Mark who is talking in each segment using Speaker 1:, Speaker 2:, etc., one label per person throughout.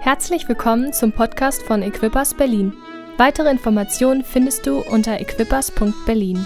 Speaker 1: Herzlich willkommen zum Podcast von Equippers Berlin. Weitere Informationen findest du unter equippers.berlin.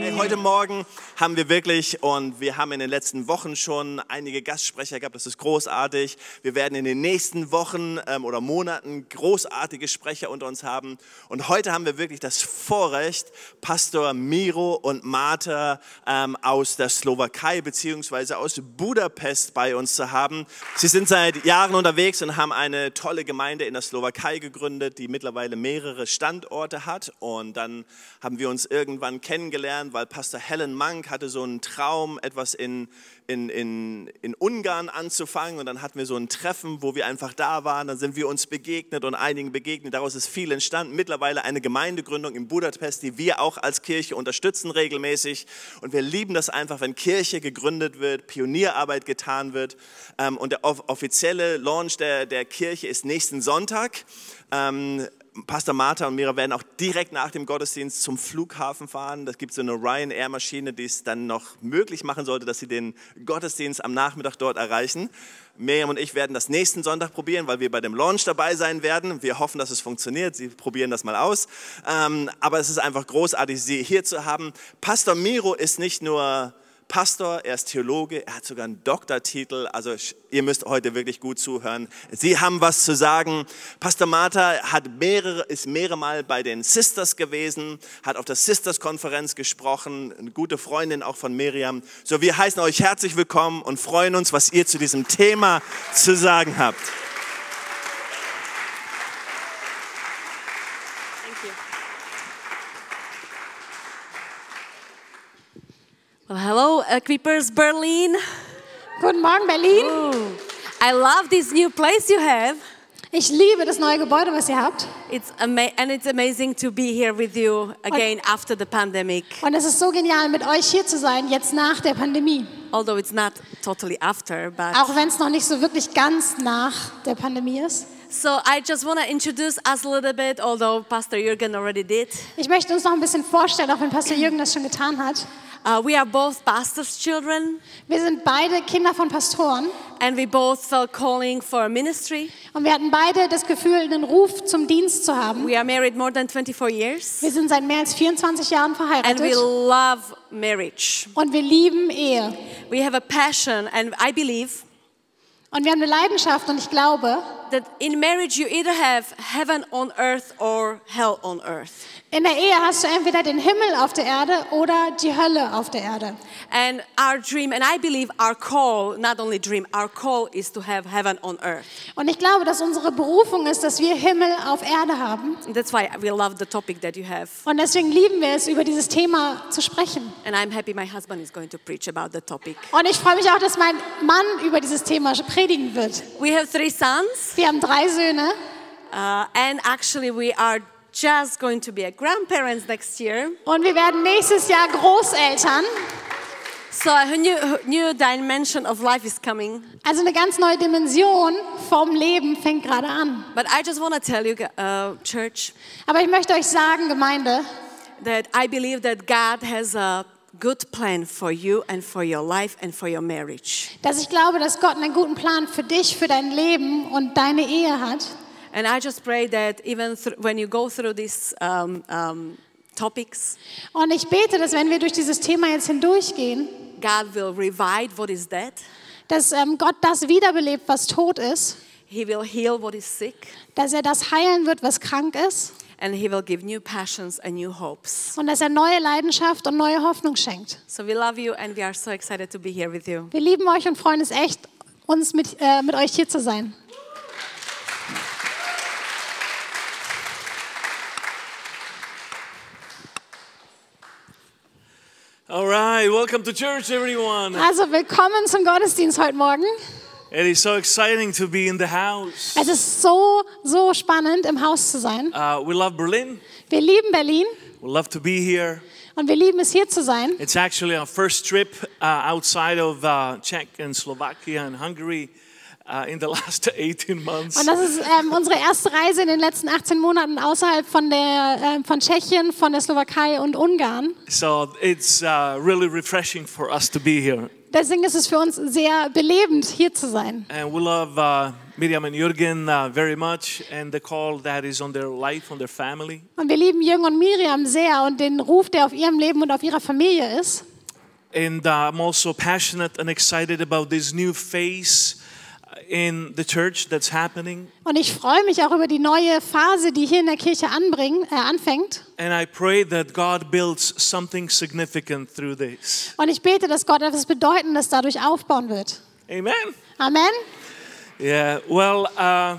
Speaker 2: Hey, heute Morgen haben wir wirklich und wir haben in den letzten Wochen schon einige Gastsprecher gehabt. Das ist großartig. Wir werden in den nächsten Wochen ähm, oder Monaten großartige Sprecher unter uns haben. Und heute haben wir wirklich das Vorrecht, Pastor Miro und Marta ähm, aus der Slowakei beziehungsweise aus Budapest bei uns zu haben. Sie sind seit Jahren unterwegs und haben eine tolle Gemeinde in der Slowakei gegründet, die mittlerweile mehrere Standorte hat. Und dann haben wir uns irgendwann kennengelernt, weil Pastor Helen Mank hatte so einen Traum, etwas in, in, in, in Ungarn anzufangen. Und dann hatten wir so ein Treffen, wo wir einfach da waren. Dann sind wir uns begegnet und einigen begegnet. Daraus ist viel entstanden. Mittlerweile eine Gemeindegründung in Budapest, die wir auch als Kirche unterstützen regelmäßig. Und wir lieben das einfach, wenn Kirche gegründet wird, Pionierarbeit getan wird. Ähm, Und der off- offizielle Launch der, der Kirche ist nächsten Sonntag. Ähm, Pastor Martha und Mira werden auch direkt nach dem Gottesdienst zum Flughafen fahren. Das gibt so eine Ryanair-Maschine, die es dann noch möglich machen sollte, dass sie den Gottesdienst am Nachmittag dort erreichen. Miriam und ich werden das nächsten Sonntag probieren, weil wir bei dem Launch dabei sein werden. Wir hoffen, dass es funktioniert. Sie probieren das mal aus. Ähm, aber es ist einfach großartig, Sie hier zu haben. Pastor Miro ist nicht nur Pastor, er ist Theologe, er hat sogar einen Doktortitel. Also sch- ihr müsst heute wirklich gut zuhören. Sie haben was zu sagen. Pastor Martha hat mehrere, ist mehrere Mal bei den Sisters gewesen, hat auf der Sisters-Konferenz gesprochen, eine gute Freundin auch von Miriam. So, wir heißen euch herzlich willkommen und freuen uns, was ihr zu diesem Thema zu sagen habt.
Speaker 3: Well, hello, Equippers Berlin.
Speaker 4: Guten Morgen, Berlin.
Speaker 3: Ooh, I love this new place you have.
Speaker 4: Ich liebe das neue Gebäude, was ihr habt.
Speaker 3: It's ama- and it's amazing to be here with you again after the pandemic.
Speaker 4: Und es ist so genial, mit euch hier zu sein, jetzt nach der Pandemie.
Speaker 3: Although it's not totally after, but
Speaker 4: Auch wenn es noch nicht so wirklich ganz nach der Pandemie ist.
Speaker 3: so I just want to introduce us a little bit. Although Pastor Jürgen already did,
Speaker 4: Ich möchte uns noch ein bisschen vorstellen, auch wenn Pastor Jürgen das schon getan hat.
Speaker 3: uh, we are both pastors' children,
Speaker 4: Wir sind beide Kinder von Pastoren
Speaker 3: and we both felt calling for ministry.
Speaker 4: und wir hatten beide das Gefühl, einen Ruf zum Dienst zu haben.
Speaker 3: We are married more than 24 years,
Speaker 4: Wir sind seit mehr als 24 Jahren
Speaker 3: and we
Speaker 4: verheiratet
Speaker 3: love marriage.
Speaker 4: und wir lieben Ehe.
Speaker 3: We have a passion, and I believe
Speaker 4: Und wir haben eine Leidenschaft und ich glaube,
Speaker 3: that in marriage you either have heaven on earth or hell on earth.
Speaker 4: in der Ehe hast du entweder den Himmel auf der Erde oder die Hölle auf der Erde.
Speaker 3: And our dream, and I believe our call, not only dream, our call is to have heaven on earth.
Speaker 4: Und ich glaube, dass unsere Berufung ist, dass wir Himmel auf Erde haben.
Speaker 3: And that's why we love the topic that you have.
Speaker 4: Und deswegen lieben wir es, über dieses Thema zu sprechen.
Speaker 3: And I'm happy my husband is going to preach about the topic.
Speaker 4: Und ich freue mich auch, dass mein Mann über dieses Thema predigen wird.
Speaker 3: We have three sons,
Speaker 4: Wir haben drei Söhne
Speaker 3: uh, and actually we are just going to be a grandparents next year.
Speaker 4: und wir werden nächstes Jahr Großeltern.
Speaker 3: So a new, new dimension of life is coming.
Speaker 4: Also eine ganz neue Dimension vom Leben fängt gerade an.
Speaker 3: But I just want to tell you, uh, church,
Speaker 4: Aber ich möchte euch sagen, Gemeinde,
Speaker 3: that I believe that God has a good plan for you and for your life and for your marriage.
Speaker 4: dass ich glaube, dass Gott einen guten Plan für dich, für dein Leben und deine Ehe hat.
Speaker 3: And I just pray that even thr- when you go through these um, um, topics,
Speaker 4: Und ich bete, dass wenn wir durch dieses Thema jetzt hindurchgehen,
Speaker 3: God will revive what is dead.
Speaker 4: dass ähm, Gott das wiederbelebt, was tot ist,
Speaker 3: He will heal what is sick,
Speaker 4: dass er das heilen wird, was krank ist
Speaker 3: and He will give new passions and new hopes.
Speaker 4: und dass er neue Leidenschaft und neue Hoffnung schenkt.
Speaker 3: So we love you, and we are so excited to be here with you.
Speaker 4: Wir lieben euch und freuen uns echt, uns mit, äh, mit euch hier zu sein.
Speaker 5: All right, welcome to church, everyone.
Speaker 4: Also willkommen zum Gottesdienst heute Morgen.
Speaker 5: It is so exciting to be in the house.
Speaker 4: Es ist so, so spannend, im Haus zu sein.
Speaker 5: Uh, we love Berlin.
Speaker 4: Wir lieben Berlin
Speaker 5: We love to be here.
Speaker 4: und wir lieben es, hier zu sein.
Speaker 5: It's actually our first trip uh, outside of uh, Czech and Slovakia and Hungary uh, in the last 18 months.
Speaker 4: Und das ist ähm, unsere erste Reise in den letzten 18 Monaten außerhalb von, der, äh, von Tschechien, von der Slowakei und Ungarn.
Speaker 5: So it's uh, really refreshing for us to be here.
Speaker 4: Deswegen ist es für uns sehr belebend, hier zu sein.
Speaker 5: And we love uh, Miriam and Jürgen uh, very much and the call that is on their life, on their family.
Speaker 4: Und wir lieben Jürgen und Miriam sehr und den Ruf, der auf ihrem Leben und auf ihrer Familie ist.
Speaker 5: And uh, I'm also passionate and excited about this new phase uh, in the church that's happening.
Speaker 4: Und ich freue mich auch über die neue Phase, die hier in der Kirche anbringen, äh, anfängt.
Speaker 5: And I pray that God builds something significant through this.
Speaker 4: Und ich bete, dass Gott etwas Bedeutendes dadurch aufbauen wird.
Speaker 5: Amen.
Speaker 4: Amen.
Speaker 5: Yeah, well, uh,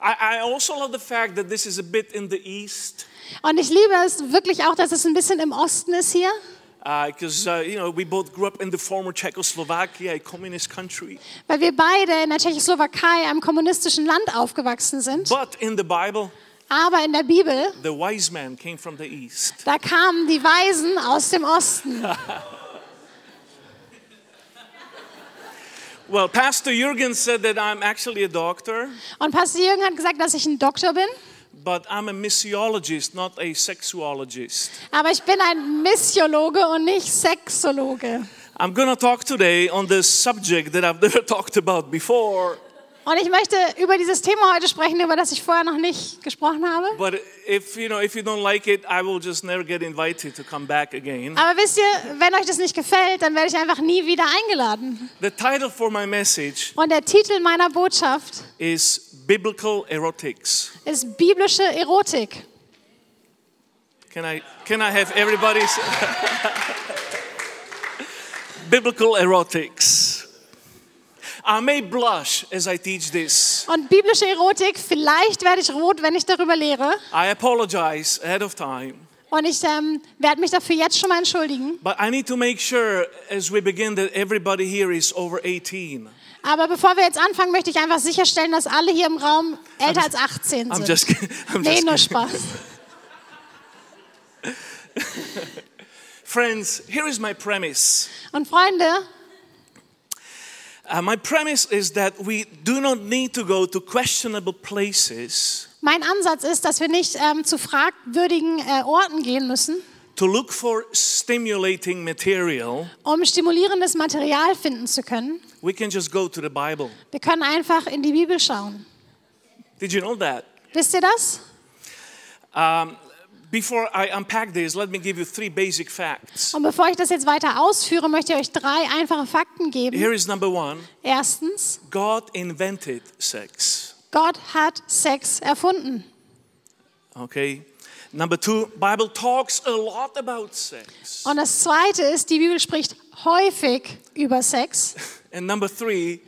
Speaker 5: I, I also love the fact that this is a bit in the east
Speaker 4: Und ich liebe es wirklich auch, dass es ein bisschen im Osten ist hier.
Speaker 5: because, uh, you know, we both grew up in the former Czechoslovakia, a communist country.
Speaker 4: Weil wir beide in der Tschechoslowakei, einem kommunistischen Land, aufgewachsen sind.
Speaker 5: But in the Bible,
Speaker 4: Aber in der Bibel,
Speaker 5: the wise man came from the east.
Speaker 4: da kamen die Weisen aus dem Osten.
Speaker 5: Well, Pastor Jürgen said that I'm actually a doctor,
Speaker 4: Und Pastor Jürgen hat gesagt, dass ich ein Doktor bin.
Speaker 5: but I'm a missiologist, not a sexuologist.
Speaker 4: Aber ich bin ein Missiologe und nicht Sexologe.
Speaker 5: I'm going to talk today on this subject that I've never talked about before,
Speaker 4: Und ich möchte über dieses Thema heute sprechen, über das ich vorher noch nicht gesprochen habe.
Speaker 5: but if you know if you don't like it, I will just never get invited to come back again.
Speaker 4: Aber wisst ihr, wenn euch das nicht gefällt, dann werde ich einfach nie wieder eingeladen.
Speaker 5: The title for my message
Speaker 4: Und der Titel meiner Botschaft
Speaker 5: is Biblical Erotics.
Speaker 4: ist biblische Erotik.
Speaker 5: Can I can I have everybody's Biblical Erotics. I may blush as I teach this.
Speaker 4: Und biblische Erotik, vielleicht werde ich rot, wenn ich darüber lehre.
Speaker 5: I apologize ahead of time,
Speaker 4: Und ich ähm, werde mich dafür jetzt schon mal entschuldigen.
Speaker 5: but I need to make sure as we begin that everybody here is over 18.
Speaker 4: Aber bevor wir jetzt anfangen, möchte ich einfach sicherstellen, dass alle hier im Raum älter als 18
Speaker 5: I'm
Speaker 4: sind.
Speaker 5: just kidding. I'm
Speaker 4: nee,
Speaker 5: just
Speaker 4: nur
Speaker 5: kidding.
Speaker 4: Spaß.
Speaker 5: Friends, here is my premise.
Speaker 4: Und Freunde,
Speaker 5: Uh, my premise is that we do not need to go to questionable places
Speaker 4: mein Ansatz ist, dass wir nicht ähm, zu fragwürdigen äh, Orten gehen müssen,
Speaker 5: to look for stimulating material,
Speaker 4: um stimulierendes Material finden zu können.
Speaker 5: we can just go to the Bible.
Speaker 4: Wir können einfach in die Bibel schauen.
Speaker 5: Did you know that?
Speaker 4: Wisst ihr das?
Speaker 5: Before I unpack this, let me give you three basic facts.
Speaker 4: Und bevor ich das jetzt weiter ausführe, möchte ich euch drei einfache Fakten geben.
Speaker 5: Here is number one
Speaker 4: Erstens,
Speaker 5: God invented sex.
Speaker 4: Gott hat Sex erfunden.
Speaker 5: Okay? Number two, Bible talks a lot about sex.
Speaker 4: Und das Zweite ist, die Bibel spricht häufig über Sex.
Speaker 5: And number three,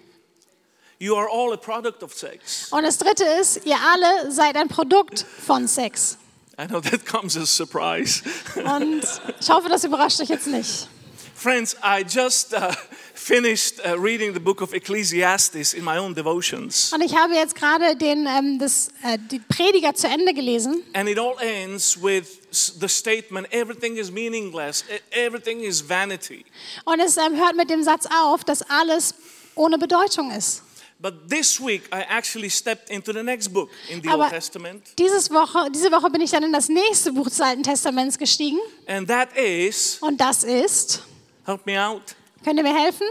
Speaker 5: you are all a product of sex.
Speaker 4: Und das Dritte ist, ihr alle seid ein Produkt von Sex.
Speaker 5: I know that comes as a surprise.
Speaker 4: Und ich hoffe, das überrascht euch jetzt nicht.
Speaker 5: Friends, I just uh, finished uh, reading the book of Ecclesiastes in my own devotions.
Speaker 4: Und ich habe jetzt gerade den ähm, das, äh, die Prediger zu Ende gelesen.
Speaker 5: And it all ends with s- the statement everything is meaningless, e- everything is vanity.
Speaker 4: Und es ähm, hört mit dem Satz auf, dass alles ohne Bedeutung ist.
Speaker 5: But this week I actually stepped into the next book in the
Speaker 4: Aber-
Speaker 5: Old Testament,
Speaker 4: Dieses Woche, diese Woche bin ich dann in das nächste Buch des Alten Testaments gestiegen.
Speaker 5: and that is,
Speaker 4: Und das ist,
Speaker 5: help me out,
Speaker 4: könnt ihr mir helfen?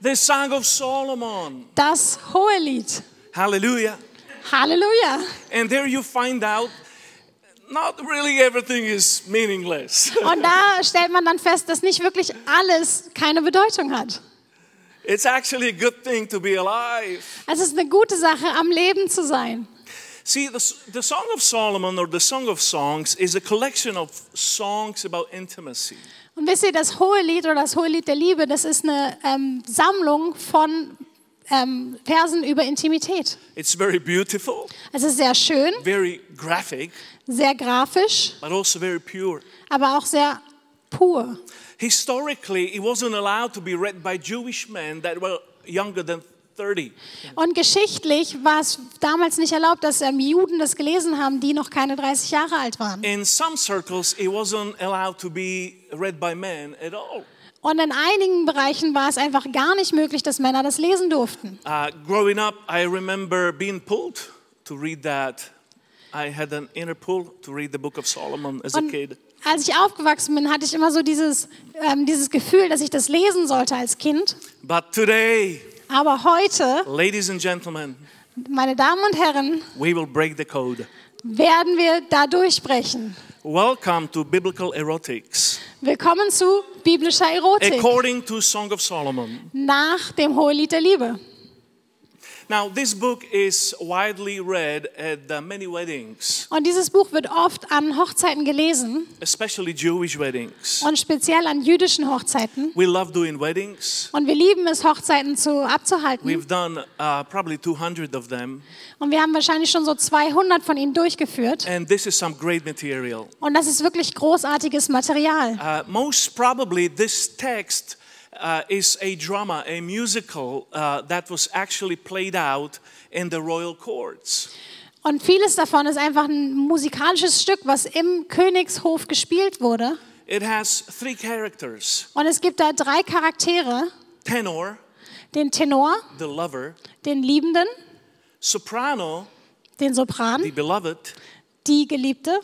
Speaker 5: the Song of Solomon.
Speaker 4: Das Hohelied.
Speaker 5: Hallelujah.
Speaker 4: Halleluja.
Speaker 5: And there you find out not really everything is meaningless.
Speaker 4: Und da stellt man dann fest, dass nicht wirklich alles keine Bedeutung hat.
Speaker 5: It's actually a good thing to be alive.
Speaker 4: Es ist eine gute Sache, am Leben zu sein.
Speaker 5: See, the, s- the Song of Solomon or the Song of Songs is a collection of songs about intimacy.
Speaker 4: Und wisst ihr, das Hohelied oder das Hohelied der Liebe, das ist eine ähm, Sammlung von ähm, Versen über Intimität.
Speaker 5: It's very beautiful.
Speaker 4: Es ist sehr schön,
Speaker 5: very graphic,
Speaker 4: sehr grafisch,
Speaker 5: but also very pure.
Speaker 4: aber auch sehr pur.
Speaker 5: Historically, it wasn't allowed to be read by Jewish men that were younger than 30.
Speaker 4: Und geschichtlich war es damals nicht erlaubt, dass ähm, Juden das gelesen haben, die noch keine 30 Jahre alt waren.
Speaker 5: In some circles, it wasn't allowed to be read by men at all.
Speaker 4: Und in einigen Bereichen war es einfach gar nicht möglich, dass Männer das lesen durften.
Speaker 5: Uh, growing up, I remember being pulled to read that. I had an inner pull to read the Book of Solomon as a
Speaker 4: Und,
Speaker 5: kid.
Speaker 4: Als ich aufgewachsen bin, hatte ich immer so dieses, ähm, dieses Gefühl, dass ich das lesen sollte als Kind.
Speaker 5: But today,
Speaker 4: Aber heute,
Speaker 5: ladies and gentlemen,
Speaker 4: meine Damen und Herren,
Speaker 5: we will break the code.
Speaker 4: werden wir da durchbrechen.
Speaker 5: Welcome to Biblical Erotics.
Speaker 4: Willkommen zu biblischer Erotik
Speaker 5: According to Song of Solomon.
Speaker 4: nach dem Hohelied der Liebe.
Speaker 5: Now, this book is widely read at uh, many weddings,
Speaker 4: Und dieses Buch wird oft an Hochzeiten gelesen
Speaker 5: especially Jewish weddings.
Speaker 4: und speziell an jüdischen Hochzeiten.
Speaker 5: We love doing weddings.
Speaker 4: Und wir lieben es, Hochzeiten zu abzuhalten.
Speaker 5: We've done uh, probably 200 of them,
Speaker 4: Und wir haben wahrscheinlich schon so 200 von ihnen durchgeführt.
Speaker 5: and this is some great material.
Speaker 4: Und das ist wirklich großartiges Material.
Speaker 5: Uh, most probably, this text uh, is a drama, a musical uh, that was actually played out in the royal courts.
Speaker 4: Und vieles davon ist einfach ein musikalisches Stück, was im Königshof gespielt wurde.
Speaker 5: It has three characters
Speaker 4: Und es gibt da drei Charaktere.
Speaker 5: tenor,
Speaker 4: Den Tenor,
Speaker 5: the lover,
Speaker 4: den Liebenden,
Speaker 5: soprano,
Speaker 4: den
Speaker 5: the
Speaker 4: Sopran,
Speaker 5: beloved,
Speaker 4: die Geliebte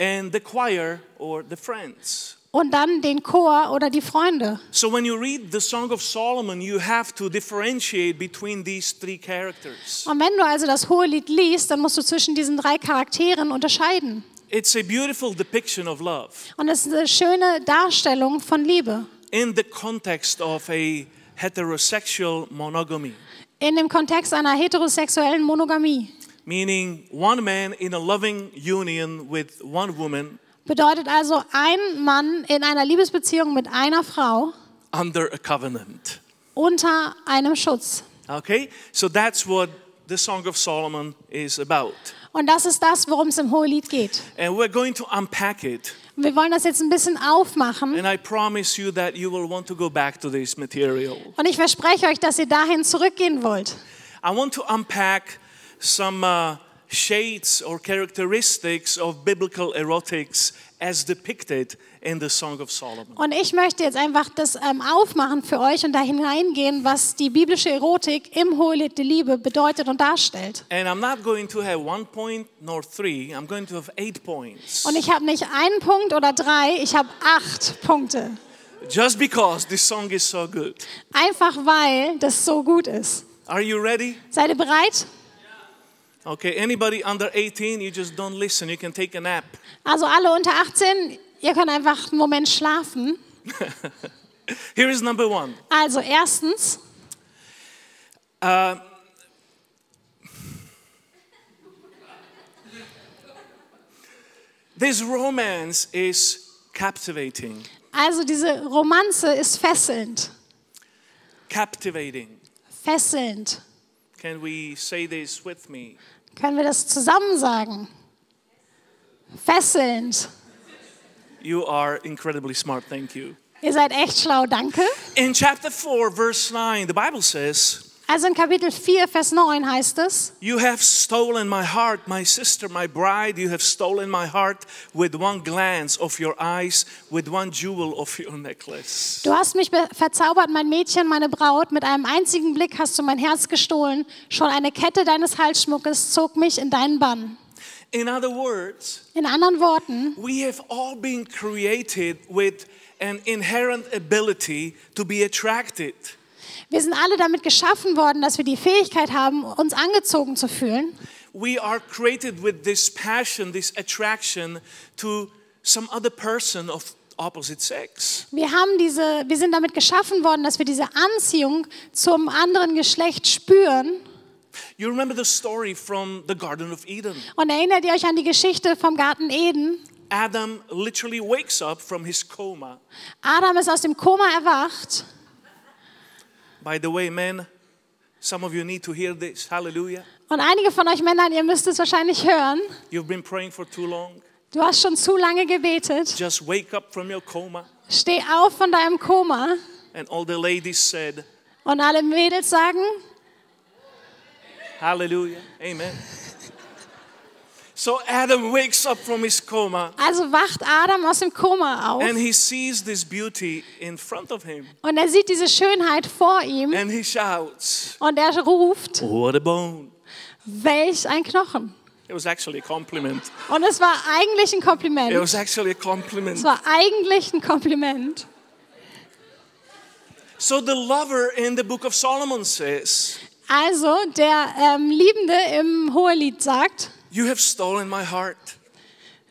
Speaker 5: and the choir or the friends.
Speaker 4: und dann den Chor oder die Freunde.
Speaker 5: So when you read the Song of Solomon, you have to differentiate between these three characters.
Speaker 4: Und wenn du also das Hohelied liest, dann musst du zwischen diesen drei Charakteren unterscheiden.
Speaker 5: It's a beautiful depiction of love
Speaker 4: Und es ist eine schöne Darstellung von Liebe
Speaker 5: in the context of a heterosexual monogamy.
Speaker 4: in dem Kontext einer heterosexuellen Monogamie.
Speaker 5: meaning one man in a loving union with one woman
Speaker 4: Bedeutet also ein Mann in einer Liebesbeziehung mit einer Frau
Speaker 5: under a covenant.
Speaker 4: unter einem Schutz.
Speaker 5: Okay? So that's what the Song of Solomon is about.
Speaker 4: Und das ist das, worum es im Hohelied geht.
Speaker 5: And we're going to unpack it.
Speaker 4: Und wir wollen das jetzt ein bisschen aufmachen.
Speaker 5: And I promise you that you will want to go back to this material.
Speaker 4: Und ich verspreche euch, dass ihr dahin zurückgehen wollt.
Speaker 5: I want to unpack some uh, shades or characteristics of biblical erotics as depicted in the Song of Solomon.
Speaker 4: Und ich möchte jetzt einfach das ähm, aufmachen für euch und da hineingehen, was die biblische Erotik im Hohelied der Liebe bedeutet und darstellt.
Speaker 5: And I'm not going to have one point nor three, I'm going to have eight points.
Speaker 4: Und ich habe nicht einen Punkt oder drei, ich habe acht Punkte.
Speaker 5: Just because this song is so good.
Speaker 4: Einfach weil das so gut ist.
Speaker 5: Are you ready?
Speaker 4: Seid ihr bereit?
Speaker 5: Okay, anybody under 18, you just don't listen. You can take a nap.
Speaker 4: Also alle unter 18, ihr könnt einfach einen Moment schlafen.
Speaker 5: Here is number one.
Speaker 4: Also erstens,
Speaker 5: This romance is captivating.
Speaker 4: also diese Romanze ist fesselnd.
Speaker 5: Captivating.
Speaker 4: Fesselnd.
Speaker 5: Can we say this with me?
Speaker 4: Können wir das zusammen sagen? Fesselnd.
Speaker 5: You are incredibly smart, thank you.
Speaker 4: Ihr seid echt schlau, danke.
Speaker 5: In chapter 4, verse 9, the Bible says,
Speaker 4: Also in Kapitel 4, Vers 9 heißt es,
Speaker 5: You have stolen my heart, my sister, my bride. You have stolen my heart with one glance of your eyes, with one jewel of your necklace.
Speaker 4: du hast mich be- verzaubert, mein Mädchen, meine Braut, mit einem einzigen Blick hast du mein Herz gestohlen, schon eine Kette deines Halsschmuckes zog mich in deinen Bann.
Speaker 5: In other words,
Speaker 4: In anderen Worten,
Speaker 5: We have all been created with an inherent ability to be attracted.
Speaker 4: wir sind alle damit geschaffen worden, dass wir die Fähigkeit haben, uns angezogen zu fühlen.
Speaker 5: We are created with this passion, this attraction to some other person of opposite sex.
Speaker 4: Wir, haben diese, wir sind damit geschaffen worden, dass wir diese Anziehung zum anderen Geschlecht spüren.
Speaker 5: You remember the story from the Garden of Eden.
Speaker 4: Und erinnert ihr euch an die Geschichte vom Garten Eden?
Speaker 5: Adam literally wakes up from his coma.
Speaker 4: Adam ist aus dem Koma erwacht.
Speaker 5: By the way, men, some of you need to hear this. Hallelujah.
Speaker 4: Und einige von euch Männern, ihr müsst es wahrscheinlich hören.
Speaker 5: You've been praying for too long.
Speaker 4: Du hast schon zu lange gebetet.
Speaker 5: Just wake up from your coma.
Speaker 4: Steh auf von deinem Koma.
Speaker 5: And all the ladies said,
Speaker 4: Und alle Mädels sagen,
Speaker 5: Hallelujah. Amen. So Adam wakes up from his coma
Speaker 4: also wacht Adam aus dem Koma auf.
Speaker 5: and he sees this beauty in front of him
Speaker 4: Und er sieht diese Schönheit vor ihm.
Speaker 5: and he shouts,
Speaker 4: Und er ruft,
Speaker 5: What a bone!
Speaker 4: welch ein Knochen.
Speaker 5: It was actually a compliment.
Speaker 4: Und es war eigentlich ein
Speaker 5: It
Speaker 4: Kompliment.
Speaker 5: was actually a compliment.
Speaker 4: Es war eigentlich ein Kompliment.
Speaker 5: So the lover in the book of Solomon says,
Speaker 4: Also, der ähm, Liebende im Hohelied sagt,
Speaker 5: You have stolen my heart,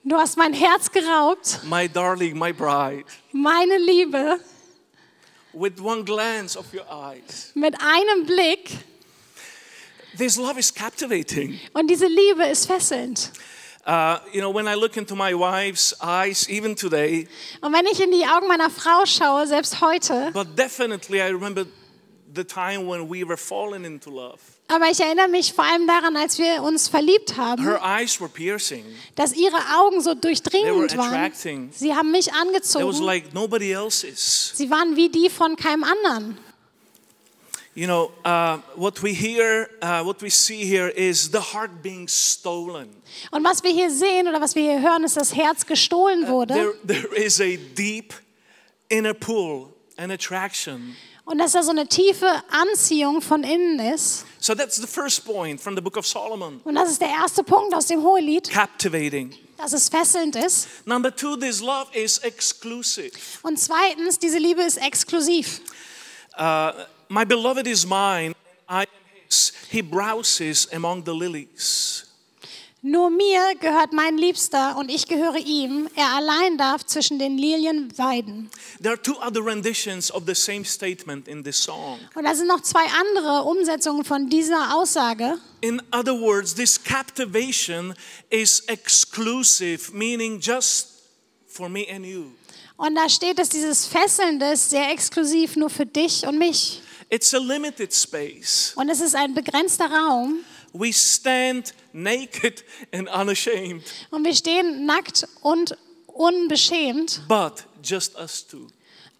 Speaker 4: du hast mein Herz geraubt,
Speaker 5: my darling, my bride,
Speaker 4: meine Liebe,
Speaker 5: with one glance of your eyes.
Speaker 4: mit einem Blick.
Speaker 5: This love is captivating.
Speaker 4: Und diese Liebe ist fesselnd.
Speaker 5: Uh, you know, when I look into my wife's eyes, even today,
Speaker 4: Und wenn ich in die Augen meiner Frau schaue, selbst heute,
Speaker 5: but definitely I remember the time when we were falling into love.
Speaker 4: aber ich erinnere mich vor allem daran, als wir uns verliebt haben,
Speaker 5: Her eyes were piercing.
Speaker 4: dass ihre Augen so
Speaker 5: They were
Speaker 4: durchdringend waren.
Speaker 5: attracting.
Speaker 4: Sie haben mich
Speaker 5: It was
Speaker 4: angezogen.
Speaker 5: like nobody else's.
Speaker 4: Sie waren wie die von keinem anderen.
Speaker 5: You know, uh, what we hear, uh, what we see here is the heart being stolen.
Speaker 4: Und was wir hier sehen oder was wir hier hören, ist, dass das Herz gestohlen
Speaker 5: Uh, There,
Speaker 4: wurde
Speaker 5: there is a deep inner pull and attraction.
Speaker 4: und dass da so eine tiefe Anziehung von innen ist.
Speaker 5: So that's the first point from the book of Solomon
Speaker 4: Und das ist der erste Punkt aus dem Hohelied,
Speaker 5: captivating.
Speaker 4: dass es fesselnd ist.
Speaker 5: Number two, this love is exclusive.
Speaker 4: Und zweitens, diese Liebe ist exklusiv.
Speaker 5: My beloved is mine, I am his. He browses among the lilies.
Speaker 4: Nur mir gehört mein Liebster und ich gehöre ihm. Er allein darf zwischen den Lilien weiden.
Speaker 5: There are two other renditions of the same statement in this song.
Speaker 4: Und da sind noch zwei andere Umsetzungen von dieser Aussage.
Speaker 5: In other words, this captivation is exclusive, meaning just for me and you.
Speaker 4: Und da steht, dass dieses Fesselnde ist sehr exklusiv nur für dich und mich.
Speaker 5: It's a limited space.
Speaker 4: Und es ist ein begrenzter Raum.
Speaker 5: We stand naked and unashamed,
Speaker 4: Und wir stehen nackt und unbeschämt,
Speaker 5: but just us two.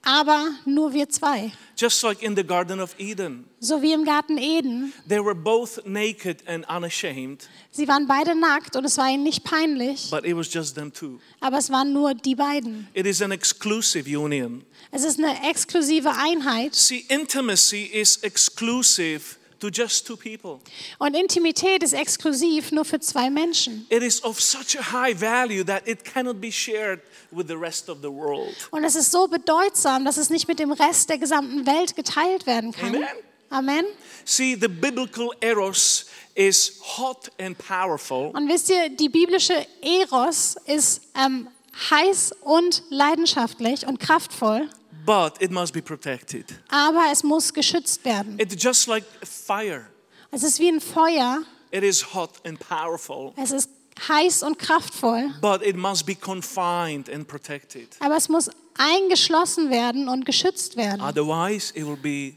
Speaker 4: aber nur wir zwei.
Speaker 5: Just like in the Garden of Eden,
Speaker 4: So wie im Garten Eden.
Speaker 5: they were both naked and unashamed,
Speaker 4: Sie waren beide nackt und es war ihnen nicht peinlich,
Speaker 5: but it was just them two.
Speaker 4: aber es waren nur die beiden.
Speaker 5: It is an exclusive union.
Speaker 4: Es ist eine exklusive Einheit.
Speaker 5: See, intimacy is exclusive to just two people.
Speaker 4: Und Intimität ist exklusiv nur für zwei Menschen.
Speaker 5: It is of such a high value that it cannot be shared with the rest of the world.
Speaker 4: Und es ist so bedeutsam, dass es nicht mit dem Rest der gesamten Welt geteilt werden kann.
Speaker 5: Amen.
Speaker 4: Amen.
Speaker 5: See, the biblical eros is hot and powerful,
Speaker 4: Und wisst ihr, die biblische Eros ist ähm, heiß und leidenschaftlich und kraftvoll,
Speaker 5: but it must be protected.
Speaker 4: aber es muss geschützt werden.
Speaker 5: It's just like fire.
Speaker 4: Es ist wie ein Feuer,
Speaker 5: It is hot and powerful,
Speaker 4: es ist heiß und kraftvoll,
Speaker 5: but it must be confined and protected.
Speaker 4: aber es muss eingeschlossen werden und geschützt werden.
Speaker 5: Otherwise, it will be